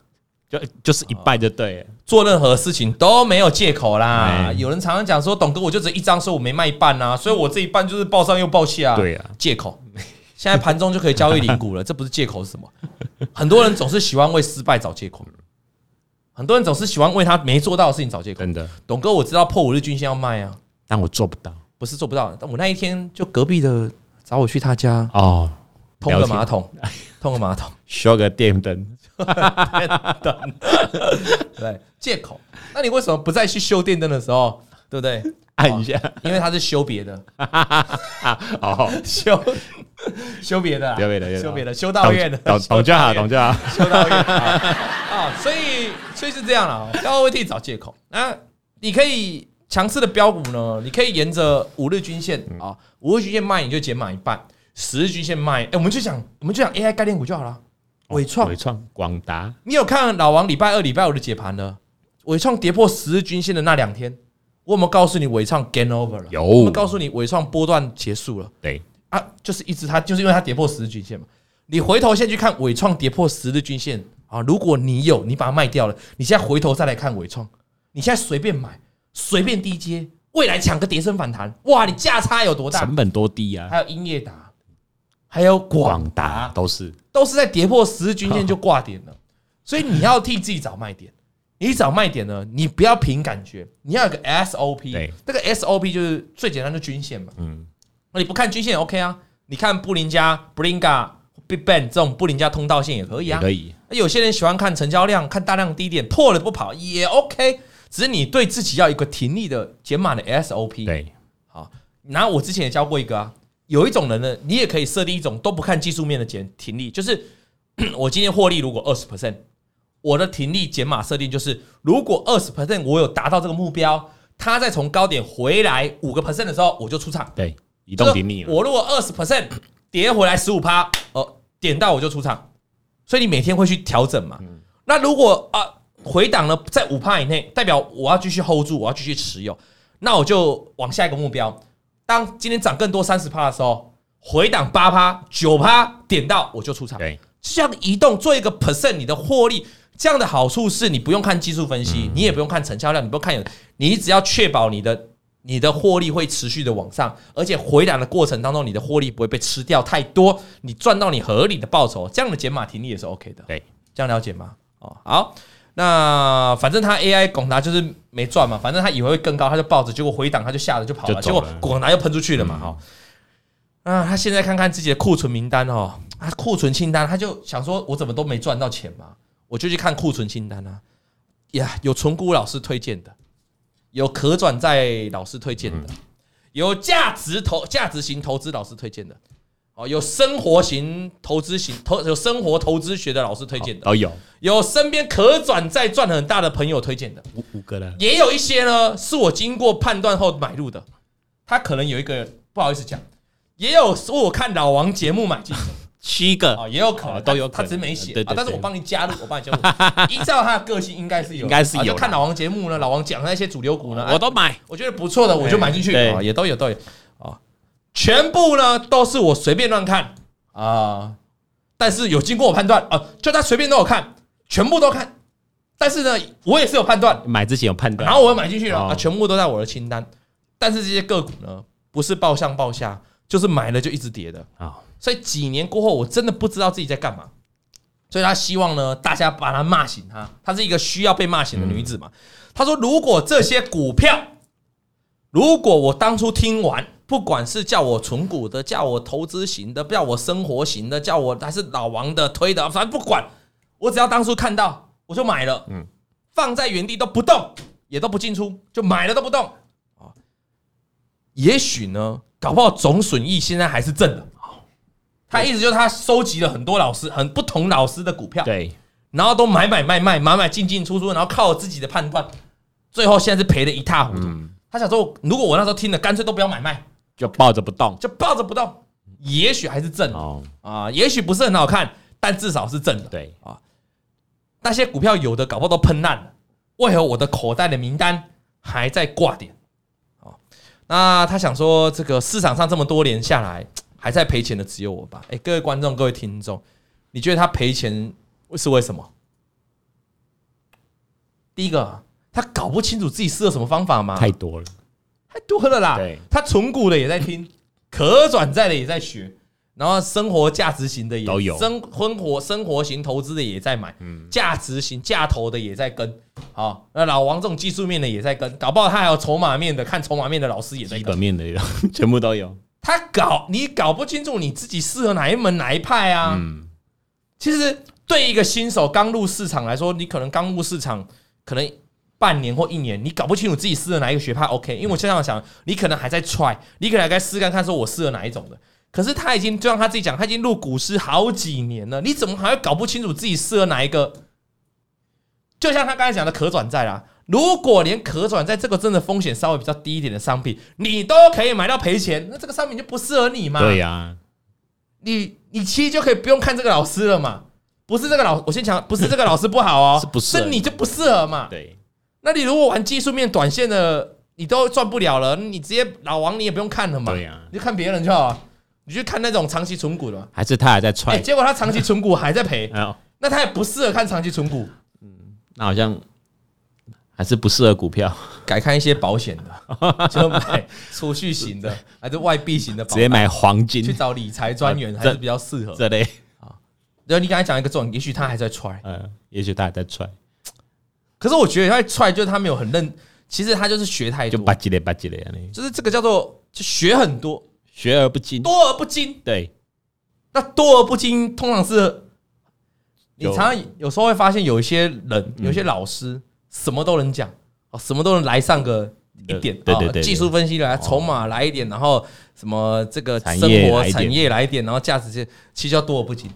A: 就就是一半就对了，
B: 做任何事情都没有借口啦
A: 哎。
B: 有人常常讲说，董哥我就只一张，所以我没卖一半啊，所以我这一半就是报上又报下、啊。
A: 对啊，
B: 借口。现在盘中就可以交易零股了，这不是借口是什么？很多人总是喜欢为失败找借口，很多人总是喜欢为他没做到的事情找借口。
A: 真的，
B: 董哥，我知道破五日均线要卖啊，
A: 但我做不到
B: 不是做不到，但我那一天就隔壁的找我去他家
A: 哦。
B: 通个
A: 了解
B: 马桶，通个 马桶。
A: 修个电灯，
B: 对，借口。那你为什么不再去修电灯的时候，对不对？
A: 按一下，
B: 因为它是修别的，
A: 哦，
B: 修 修别的啊，
A: 修别的
B: 修别的，修道院的，
A: 懂懂就好，懂就好。
B: 修道院 啊，所以所以是这样啦，哦要为自己找借口。那你可以强势的标股呢，你可以沿着五日均线
A: 嗯
B: 啊，五日均线卖你就减满一半，十日均线卖，哎、我们就讲我们就讲 AI 概念股就好了。伟创
A: 哦伟，创、广达，
B: 你有看老王礼拜二、礼拜五的解盘的？伟创跌破十日均线的那两天，我有没有告诉你伟创 game over 了？
A: 有
B: 我有没有告诉你伟创波段结束了。
A: 对，
B: 啊，就是一直它就是因为它跌破十日均线嘛。你回头先去看伟创跌破十日均线啊，如果你有你把它卖掉了，你现在回头再来看伟创，你现在随便买，随便低接，未来抢个跌升反弹，哇，你价差有多大
A: 成？本多低啊，
B: 还有英业达，还有广
A: 广达
B: 达，
A: 都是
B: 都是在跌破十日均线就挂点了， 所以你要替自己找卖点。你找卖点呢，你不要凭感觉，你要有个 SOP
A: 对。
B: 这个 SOP 就是最简单的均线嘛。
A: 嗯，
B: 那你不看均线也 OK 啊，你看布林加、布林加、Big Bang 这种布林加通道线也可以
A: 也
B: 啊。
A: 可以。
B: 那有些人喜欢看成交量，看大量低点破了不跑也 OK，只是你对自己要有一个停利的减码的 SOP。
A: 对，
B: 好，然后我之前也教过一个啊，有一种人呢，你也可以设定一种都不看技术面的减停利，就是 我今天获利如果二十 percent，我的停利减码设定就是，如果二十 percent 我有达到这个目标，它再从高点回来五个 percent 的时候，我就出场。
A: 对，移动顶你了，
B: 我如果二十 percent 跌回来十五趴，呃，点到我就出场，所以你每天会去调整嘛。
A: 嗯
B: 那如果啊、回档呢在五趴以内，代表我要继续 hold 住，我要继续持有，那我就往下一个目标。当今天涨更多三十趴的时候，回档八趴、九趴点到我就出场。
A: 对，
B: 这样移动做一个 percent 你的获利，这样的好处是你不用看技术分析，你也不用看成交量，你不用看有，你只要确保你的你的获利会持续的往上，而且回档的过程当中，你的获利不会被吃掉太多，你赚到你合理的报酬，这样的减码停利也是 OK 的。
A: 对，
B: 这样了解吗？哦，好。那反正他 AI 广达就是没赚嘛，反正他以为会更高，他就抱着，结果回档他就吓得就跑了，
A: 就
B: 结
A: 走
B: 果
A: 了嗯
B: 广达又喷出去了嘛，哈、啊，他现在看看自己的库存名单哦，啊，库存清单，他就想说，我怎么都没赚到钱嘛，我就去看库存清单啊，呀，有纯股老师推荐的，有可转债老师推荐的，
A: 嗯
B: 有价值投价值型投资老师推荐的，哦，有生活型投资型投有生活投资学的老师推荐的，
A: 都哦有
B: 有身边可转债赚很大的朋友推荐的，
A: 五五个了，
B: 也有一些呢是我经过判断后买入的，他可能有一个不好意思讲，也有是我看老王节目买 进的
A: 七个
B: 啊，也有可
A: 啊
B: 能
A: 都有可
B: 他他
A: 能
B: 只是没写
A: 对
B: 啊
A: 对，
B: 但是
A: 对
B: 我帮你加入，我帮 你加入，依照他的个性应该是有，
A: 应该是有
B: 啊就
A: 啦哦
B: 看老王节目呢，老王讲那些主流股呢，啊
A: 我都买，
B: 我觉得不错的，我就买进去
A: 对
B: 啊，也都有都有啊，全部呢都是我随便乱看啊，但是有经过我判断啊，就他随便都有看，全部都看，但是呢，我也是有判断，
A: 买之前有判断，
B: 然后我又买进去了啊，
A: 哦
B: 全部都在我的清单，但是这些个股呢，不是报上报下，就是买了就一直跌的，
A: 啊，
B: 所以几年过后，我真的不知道自己在干嘛。所以他希望呢，大家把他骂醒他。她是一个需要被骂醒的女子嘛。她说，如果这些股票，如果我当初听完，不管是叫我存股的，叫我投资型的，叫我生活型的，叫我还是老王的推的，反正不管，我只要当初看到我就买了，嗯，放在原地都不动，也都不进出，就买了都不动啊。也许呢，搞不好总损益现在还是正的。他意思就是他收集了很多老师很不同老师的股票，
A: 对，
B: 然后都买买卖卖，买买进进出出，然后靠自己的判断，最后现在是赔的一塌糊涂。他想说，如果我那时候听了，干脆都不要买卖，
A: 就抱着不动
B: 就抱着不动，也许还是正的
A: 哦，
B: 啊、也许不是很好看，但至少是正的。
A: 对，
B: 那些股票有的搞不好都喷烂了，为何我的口袋的名单还在挂点？哦，那他想说，这个市场上这么多年下来，还在赔钱的只有我吧？哎、各位观众、各位听众，你觉得他赔钱是为什么？第一个，他搞不清楚自己适合什么方法嘛，
A: 太多了，
B: 太多了啦
A: 对。
B: 他纯股的也在听，可转债的也在学，然后生活价值型的也
A: 都有嗯
B: 生婚活生活型投资的也在买，价值型价投的也在跟。好，那老王这种技术面的也在跟，搞不好他还有筹码面的，看筹码面的老师也在
A: 基
B: 跟。
A: 本面的 全部都有，
B: 他搞你搞不清楚你自己适合哪一门哪一派啊。
A: 嗯，
B: 其实对一个新手刚入市场来说，你可能刚入市场，可能半年或一年，你搞不清楚自己适合哪一个学派，OK？因为我
A: 嗯
B: 现在想，你可能还在 try，你可能还在试看看，说我适合哪一种的。可是他已经，就像他自己讲，他已经录股市好几年了，你怎么还会搞不清楚自己适合哪一个？就像他刚才讲的可转债啦，如果连可转债这个真的风险稍微比较低一点的商品，你都可以买到赔钱，那这个商品就不适合你嘛？
A: 对呀，
B: 你你其实就可以不用看这个老师了嘛。不是这个老，我先讲，不是这个老师不好哦，
A: 是不适合
B: 是你就不适合嘛？
A: 对，
B: 那你如果玩技术面短线的，你都赚不了了，你直接老王你也不用看了嘛，
A: 对呀
B: 你就看别人就好了，你去看那种长期存股 的嘛。
A: 还是他还在
B: 哎、
A: 踹。
B: 结果他长期存股还在赔，
A: 哎呦，
B: 那他也不适合看长期 存股，
A: 那好像还是不适合股票，
B: 改看一些保险的，就买储蓄 型的，还是外币型的 保
A: 直接买黄
B: 去
A: 金
B: 找理财专员
A: 啊
B: 还是
A: 这
B: 比较适合。
A: 这类。
B: 然后你刚才讲一个重点，也许他还在 try，
A: 嗯，也许他还在踹，
B: 可是我觉得他在 try 就是他没有很认，其实他就是学太
A: 就
B: 多，
A: 吧唧嘞吧唧嘞啊，你
B: 就是这个叫做就学很多，
A: 学而不精。
B: 多而不精。
A: 对，
B: 那多而不精，通常是你
A: 有嗯
B: 常常有时候会发现，有一些人，有一些老师什么都能讲，哦，什么都能来上个一点，
A: 对
B: 啊
A: 对对对
B: 技术分析来，筹码来一点，然后什么这个
A: 产
B: 生
A: 业
B: 活
A: 来一点嗯
B: 产业来一点，然后价值这其实叫多而不精。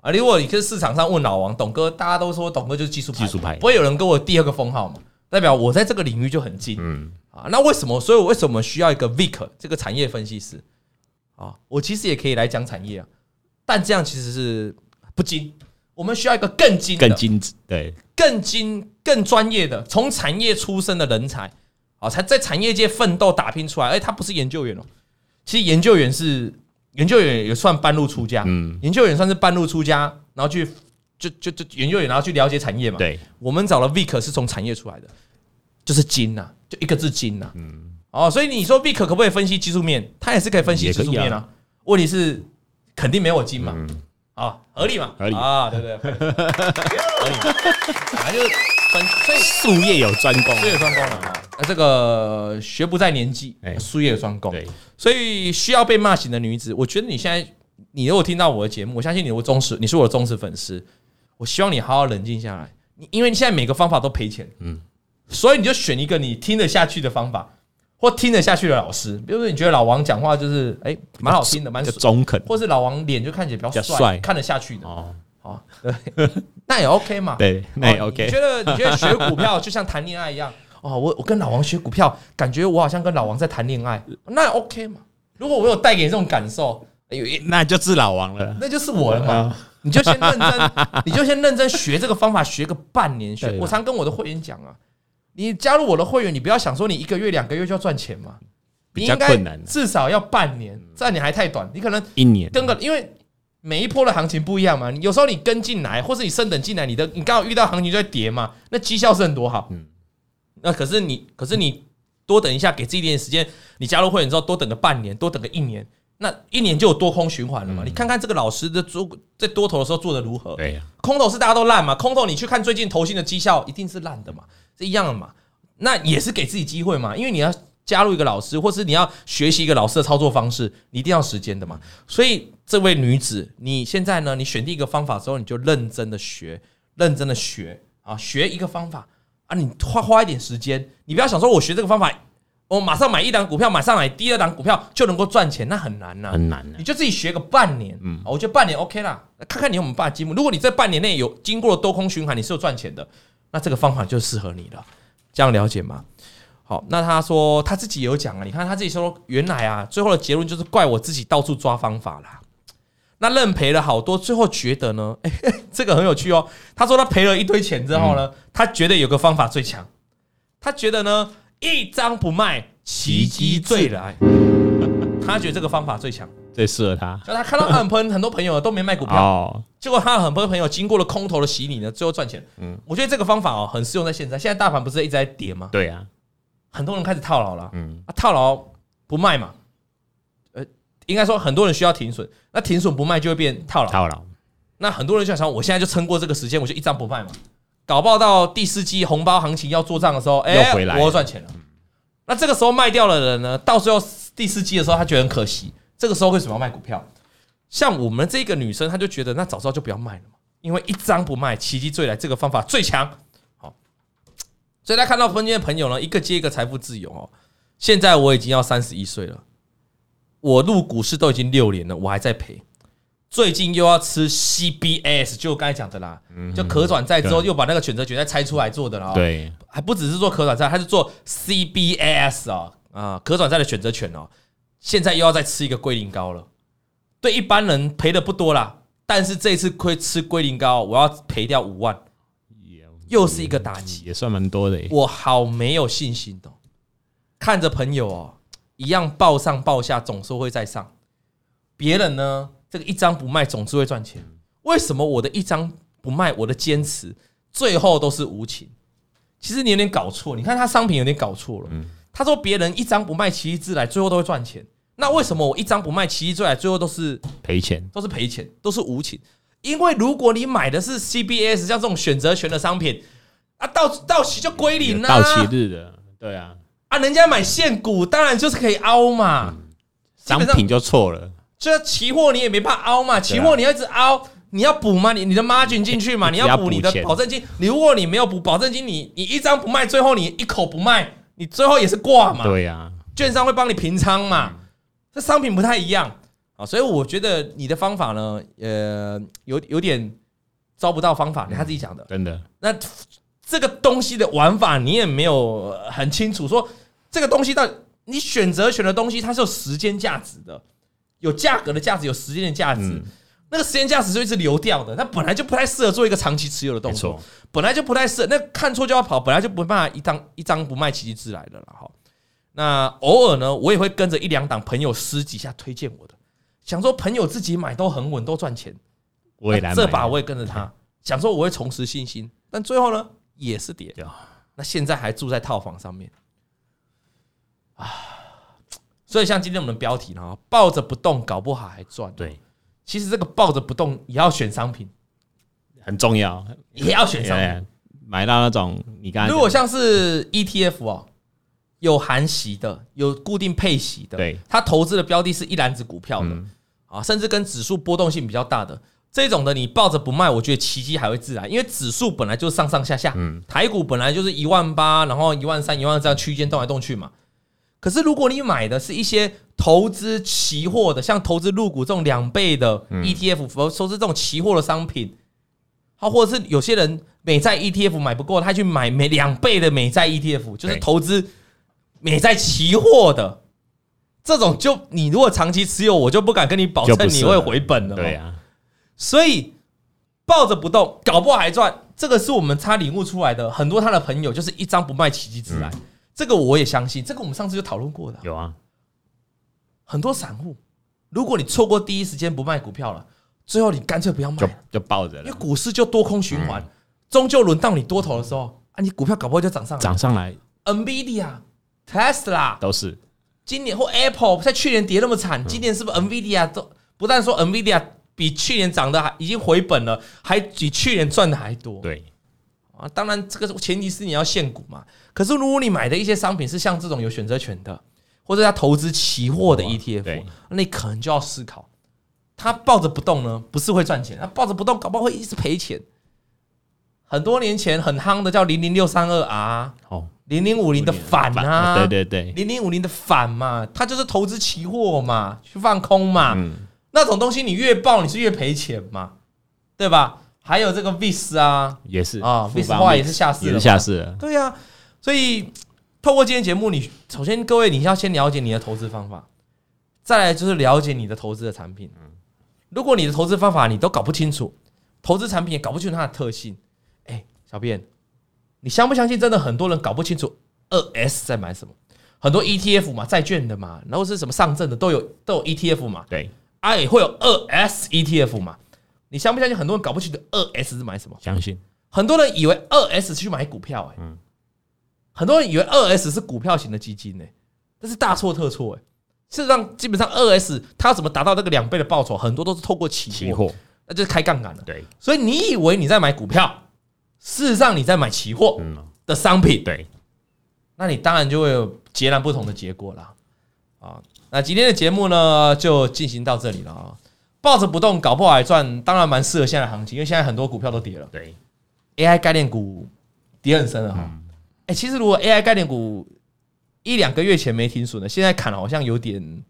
B: 啊，如果你去市场上问老王、董哥，大家都说董哥就是技术派
A: 技术派
B: 不会有人跟我第二个封号嘛？代表我在这个领域就很精。
A: 嗯，
B: 啊，那为什么？所以我为什么需要一个 Vic 这个产业分析师啊？我其实也可以来讲产业啊，但这样其实是不精。我们需要一个更精的、
A: 更精致。对，
B: 更精、更专业的，从产业出身的人才啊，才在产业界奋斗打拼出来。而且他不是研究员哦，其实研究员是研究员也算半路出家，
A: 嗯，
B: 研究员算是半路出家，然后去就就就研究员，然后去了解产业嘛。
A: 对，
B: 我们找了 Vic 是从产业出来的，就是金呐、就一个字金呐、哦，所以你说 Vic 可不可以分析技术面？他也是可以分析技
A: 嗯也
B: 术面
A: 可以嗯
B: 啊。问题是肯定没我金嘛，啊、合理嘛，
A: 合理
B: 啊，对 对对，合理，反正就是分，所以
A: 术业有专攻。
B: 术业有专攻了啊。那这个学不在年纪
A: 哎，
B: 术业有专攻，
A: 对，
B: 所以需要被骂醒的女子，我觉得你现在，你如果听到我的节目，我相信你我忠实，你是我的忠实粉丝，我希望你好好冷静下来，你因为你现在每个方法都赔钱，嗯，所以你就选一个你听得下去的方法，或听得下去的老师，比如说你觉得老王讲话就是哎蛮、好听的，蛮
A: 比较
B: 爽
A: 中肯。
B: 或是老王脸就看起来比较
A: 比较
B: 帅，
A: 帅
B: 看得下去的，
A: 哦，
B: 哦，对，那也 OK 嘛，
A: 对，那也
B: 哦
A: OK
B: 你。觉得你觉得学股票就像谈恋爱一 样？哦，我我跟老王学股票，感觉我好像跟老王在谈恋爱，那 OK 嘛？如果我有带给你这种感受，哎呦，
A: 那就是老王了。
B: 那就是我了
A: 啊
B: 嘛。你就先认真，你就先认真学这个方法，学个半年。学
A: 对啊
B: 我常跟我的会员讲啊，你加入我的会员，你不要想说你一个月、两个月就要赚钱嘛，
A: 比
B: 你
A: 较
B: 应该
A: 困难啊嗯
B: 至少要半年，这样你还太短，你可能
A: 一年，
B: 跟个，因为每一波的行情不一样嘛，你有时候你跟进来，或是你升等进来，你的你刚好遇到行情就在跌嘛，那绩效是很多好。
A: 嗯
B: 那可是你，可是你多等一下，给自己一点时间，你加入会员之后多等个半年，多等个一年，那一年就有多空循环了嘛。你看看这个老师的做在多头的时候做的如何？
A: 嗯对啊呀，
B: 空头是大家都烂嘛，空头你去看最近投信的绩效一定是烂的嘛，是一样的嘛。那也是给自己机会嘛，因为你要加入一个老师，或是你要学习一个老师的操作方式，你一定要时间的嘛。所以这位女子，你现在呢，你选定一个方法之后，你就认真的学，认真的学啊，学一个方法啊，你花花一点时间，你不要想说我学这个方法，我马上买一档股票，马上买第二档股票就能够赚钱，那很难呐、
A: 很难啊
B: 你就自己学个半年，嗯，我觉得半年 OK 啦，看看你有没有办法进步。如果你在半年内有经过了多空循环，你是有赚钱的，那这个方法就适合你了。这样了解吗？好，那他说他自己也有讲啊，你看他自己说，原来啊，最后的结论就是怪我自己到处抓方法啦。那认赔了好多，最后觉得呢， 哎、这个很有趣哦。他说他赔了一堆钱之后呢，他觉得有个方法最强，他觉得呢，一张不卖，奇迹最来。 他觉得这个方法最强，
A: 最适合他。
B: 就他看到他很朋很多朋友都没卖股票，
A: 哦，
B: 结果他很多朋友经过了空头的洗礼呢，最后赚钱。嗯，我觉得这个方法哦很适用在现在，现在大盘不是一直在跌吗？
A: 对啊呀，
B: 很多人开始套牢了，
A: 嗯，
B: 啊，套牢不卖嘛，呃，应该说很多人需要停损，那停损不卖就会变套牢，
A: 套牢。
B: 那很多人就想，我现在就撑过这个时间，我就一张不卖嘛，搞不好到第四季红包行情要做账的时候，哎、
A: 又回来了
B: 我又赚钱了。那这个时候卖掉的人呢，到最后第四季的时候，他觉得很可惜，这个时候为什么要卖股票？像我们这个女生，她就觉得那早知道就不要卖了嘛，因为一张不卖，奇迹最来，这个方法最强。好，所以大家看到分间的朋友呢，一个接一个财富自由哦。现在我已经要三十一岁了，我入股市都已经六年了，我还在赔。最近又要吃 CBS，就我刚才讲的啦，就可转债之后又把那个选择权再拆出来做的啦、哦。
A: 对，
B: 还不只是做可转债，它是做 CBS 啊、啊可转债的选择权哦。现在又要再吃一个龟苓膏了，对一般人赔的不多啦，但是这一次亏吃龟苓膏，我要赔掉五万，又是一个打击，
A: 也算蛮多的耶。
B: 我好没有信心哦。看着朋友哦，一样报上报下，总是会再上。别人呢，这个一张不卖，总是会赚钱。为什么我的一张不卖，我的坚持最后都是无情？其实你有点搞错，你看他商品有点搞错了。他说别人一张不卖，其一自来，最后都会赚钱。那为什么我一张不卖，其一自来，最后都是
A: 赔钱，
B: 都是赔钱，都是无情？因为如果你买的是 CBS 像这种选择权的商品啊，到到期就归零啦、
A: 到期日的，对啊，
B: 啊，人家买现股当然就是可以凹嘛，
A: 商品啊就错了。
B: 这期货你也没办法凹嘛，期货你要一直凹，你要补嘛，你你的 margin 进去嘛，你要补你的
A: 啊你要补钱
B: 保证金。你如果你没有补保证金，你你一张不卖，最后你一口不卖，你最后也是挂嘛，
A: 对啊，
B: 券商会帮你平仓嘛，
A: 嗯
B: 这商品不太一样啊，所以我觉得你的方法呢，呃，有有点招不到方
A: 嗯
B: 法，你他自己讲的。
A: 真的，
B: 那这个东西的玩法你也没有呃很清楚，说这个东西到底你选择选的东西，它是有时间价值的，有价格的价值，有时间的价值。
A: 嗯
B: 那个时间价值就一直流掉的，那本来就不太适合做一个长期持有的动
A: 没
B: 作
A: 错，，
B: 本来就不太适合。那看错就要跑，本来就没办法一张一张不卖奇迹自来的了哈。那偶尔呢，我也会跟着一两档朋友私底下推荐我的，想说朋友自己买都很稳，都赚钱，
A: 我也来买嗯
B: 这把我也跟着他，想说我会重拾信心，但最后呢也是跌
A: 对啊。
B: 那现在还住在套房上面，啊，所以像今天我们的标题呢，抱着不动，搞不好还赚。，
A: 对
B: 其实这个抱着不动也要选商品，
A: 很重要，
B: 也要选商品。
A: 对，买到那种你刚才
B: 如果像是 ETF 哦，有含息的，有固定配息的，
A: 对，
B: 它投资的标的是一篮子股票的、
A: 嗯
B: 啊，甚至跟指数波动性比较大的这种的，你抱着不卖，我觉得奇迹还会自然，因为指数本来就上上下下，
A: 嗯
B: 台股本来就是一万八，然后一万三、一万这样区间动来动去嘛。可是如果你买的是一些投资期货的，像投资入股这种两倍的
A: 嗯
B: ETF，或投资这种期货的商品，好，或者是有些人美债 ETF 买不过，他去买美两倍的美债 ETF，就是
A: 对
B: 投资美债期货的。这种就你如果长期持有，我就不敢跟你保
A: 就不
B: 证
A: 是
B: 你会回本了。哦
A: 对啊，
B: 所以抱着不动，搞不好还赚。这个是我们差领悟出来的。很多他的朋友就是一张不卖，奇迹
A: 嗯
B: 自来。这个我也相信，这个我们上次就讨论过的。
A: 有啊，
B: 很多散户，如果你错过第一时间不卖股票了，最后你干脆不要卖啊
A: 就
B: 了，
A: 就抱着
B: 因为
A: 了，
B: 股市就多空循环，终究轮到你多头的时候啊，你股票搞不好就涨上来。
A: 涨上来
B: NVIDIA、Tesla
A: 都是
B: 今年或 Apple 在去年跌那么惨，今年是不是 Nvidia 都不但说 Nvidia 比去年涨得还已经回本了，还比去年赚的还多
A: 对，
B: 啊？当然，这个前提是你要现股嘛。可是如果你买的一些商品是像这种有选择权的，或者他投资期货的
A: 哇
B: ETF，
A: 对
B: 那你可能就要思考，他抱着不动呢，不是会赚钱，他抱着不动，搞不好会一直赔钱。很多年前很夯的叫零零六三二 R、
A: 哦，
B: 零零五零的反啊，
A: 对对对，
B: 零零五零的反嘛，它就是投资期货嘛，去放空嘛，
A: 嗯，
B: 那种东西你越爆你是越赔钱嘛，对吧？还有这个 VIS 啊，
A: 也是
B: 啊
A: 富
B: ，VIS
A: 邦
B: 后来也是下市
A: 也
B: 了
A: 是
B: 嘛，
A: 下市了，
B: 对呀、所以透过今天节目你，首先各位你要先了解你的投资方法，再来就是了解你的投资的产品。如果你的投资方法你都搞不清楚，投资产品也搞不清楚它的特性，哎、小便，你相不相信？真的很多人搞不清楚二 S 在买什么，很多 ETF 嘛，债券的嘛，然后是什么上证的都有都有 ETF 嘛，
A: 对，
B: 啊也会有二 S ETF 嘛。你相不相信很多人搞不清楚二 S 是买什么？
A: 相信
B: 很多人以为二 S 去买股票、欸，
A: 嗯
B: 很多人以为二 S 是股票型的基金、欸，这是大错特错、欸，事实上，基本上二 S 它要怎么达到那个两倍的报酬，很多都是透过期货，
A: 期货，
B: 那就是开杠杆了。
A: 对，
B: 所以你以为你在买股票，事实上你在买期货
A: 嗯，
B: 的商品，
A: 对，
B: 那你当然就会有截然不同的结果啦。啊，那今天的节目呢就进行到这里了啊、抱着不动，搞不好还赚，当然蛮适合现在的行情，因为现在很多股票都跌了。
A: 对，嗯
B: AI 概念股跌很深了哈。哎、其实如果 AI 概念股一两个月前没停损的，现在砍好像有点。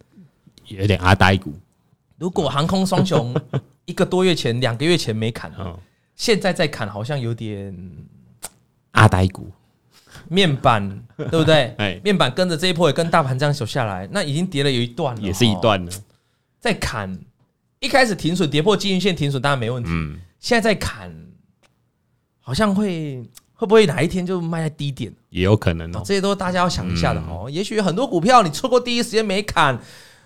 A: 有点阿呆股。
B: 如果航空 双雄一个多月前、两个月前没砍，
A: 嗯，
B: 现在再砍好像有点
A: 阿呆股，
B: 面板，对不 对？
A: 哎
B: 面板跟着这一波也跟大盘这样走下来，那已经跌了有一段了，
A: 也是一
B: 哦
A: 段了。
B: 再砍，一开始停损跌破均匀线停损当然没问题，
A: 嗯，
B: 现在再砍，好像会会不会哪一天就卖在低点？
A: 也有可能
B: 哦
A: 哦，。嗯
B: 这些都大家要想一下的哦。也许很多股票你错过第一时间没砍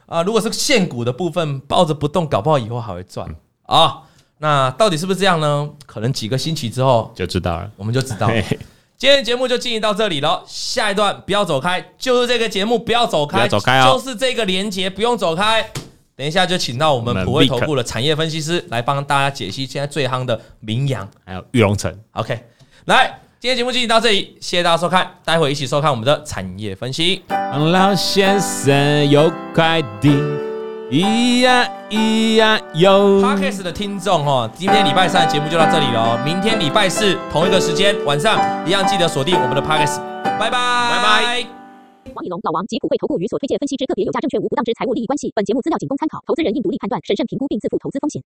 B: 啊、如果是现股的部分抱着不动，搞不好以后还会赚
A: 嗯
B: 啊、那到底是不是这样呢？可能几个星期之后
A: 就知道了。
B: 我们就知道了。
A: 嘿嘿
B: 今天节目就进行到这里了，下一段不要走开，就是这个节目不要走开，
A: 不要走开哦
B: 就是这个连接不用走开。等一下就请到我们
A: 我们
B: 普惠
A: Vic
B: 投顾的产业分析师来帮大家解析现在最夯的名扬。
A: 还有玉龙城，
B: OK，来，今天节目进行到这里，谢谢大家收看，待会一起收看我们的产业分析。
A: 王老先生有快递，咿呀咿呀哟。
B: Podcast 的听众哦，今天礼拜三的节目就到这里了哦，明天礼拜四同一个时间晚上一样记得锁定我们的 Podcast，拜拜，拜
A: 拜。
D: 王以龙、老王及普惠投顾与所推荐分析之个别有价证券无不当之财务利益关系。本节目资料仅供参考，投资人应独立判断、审慎评估并自负投资风险。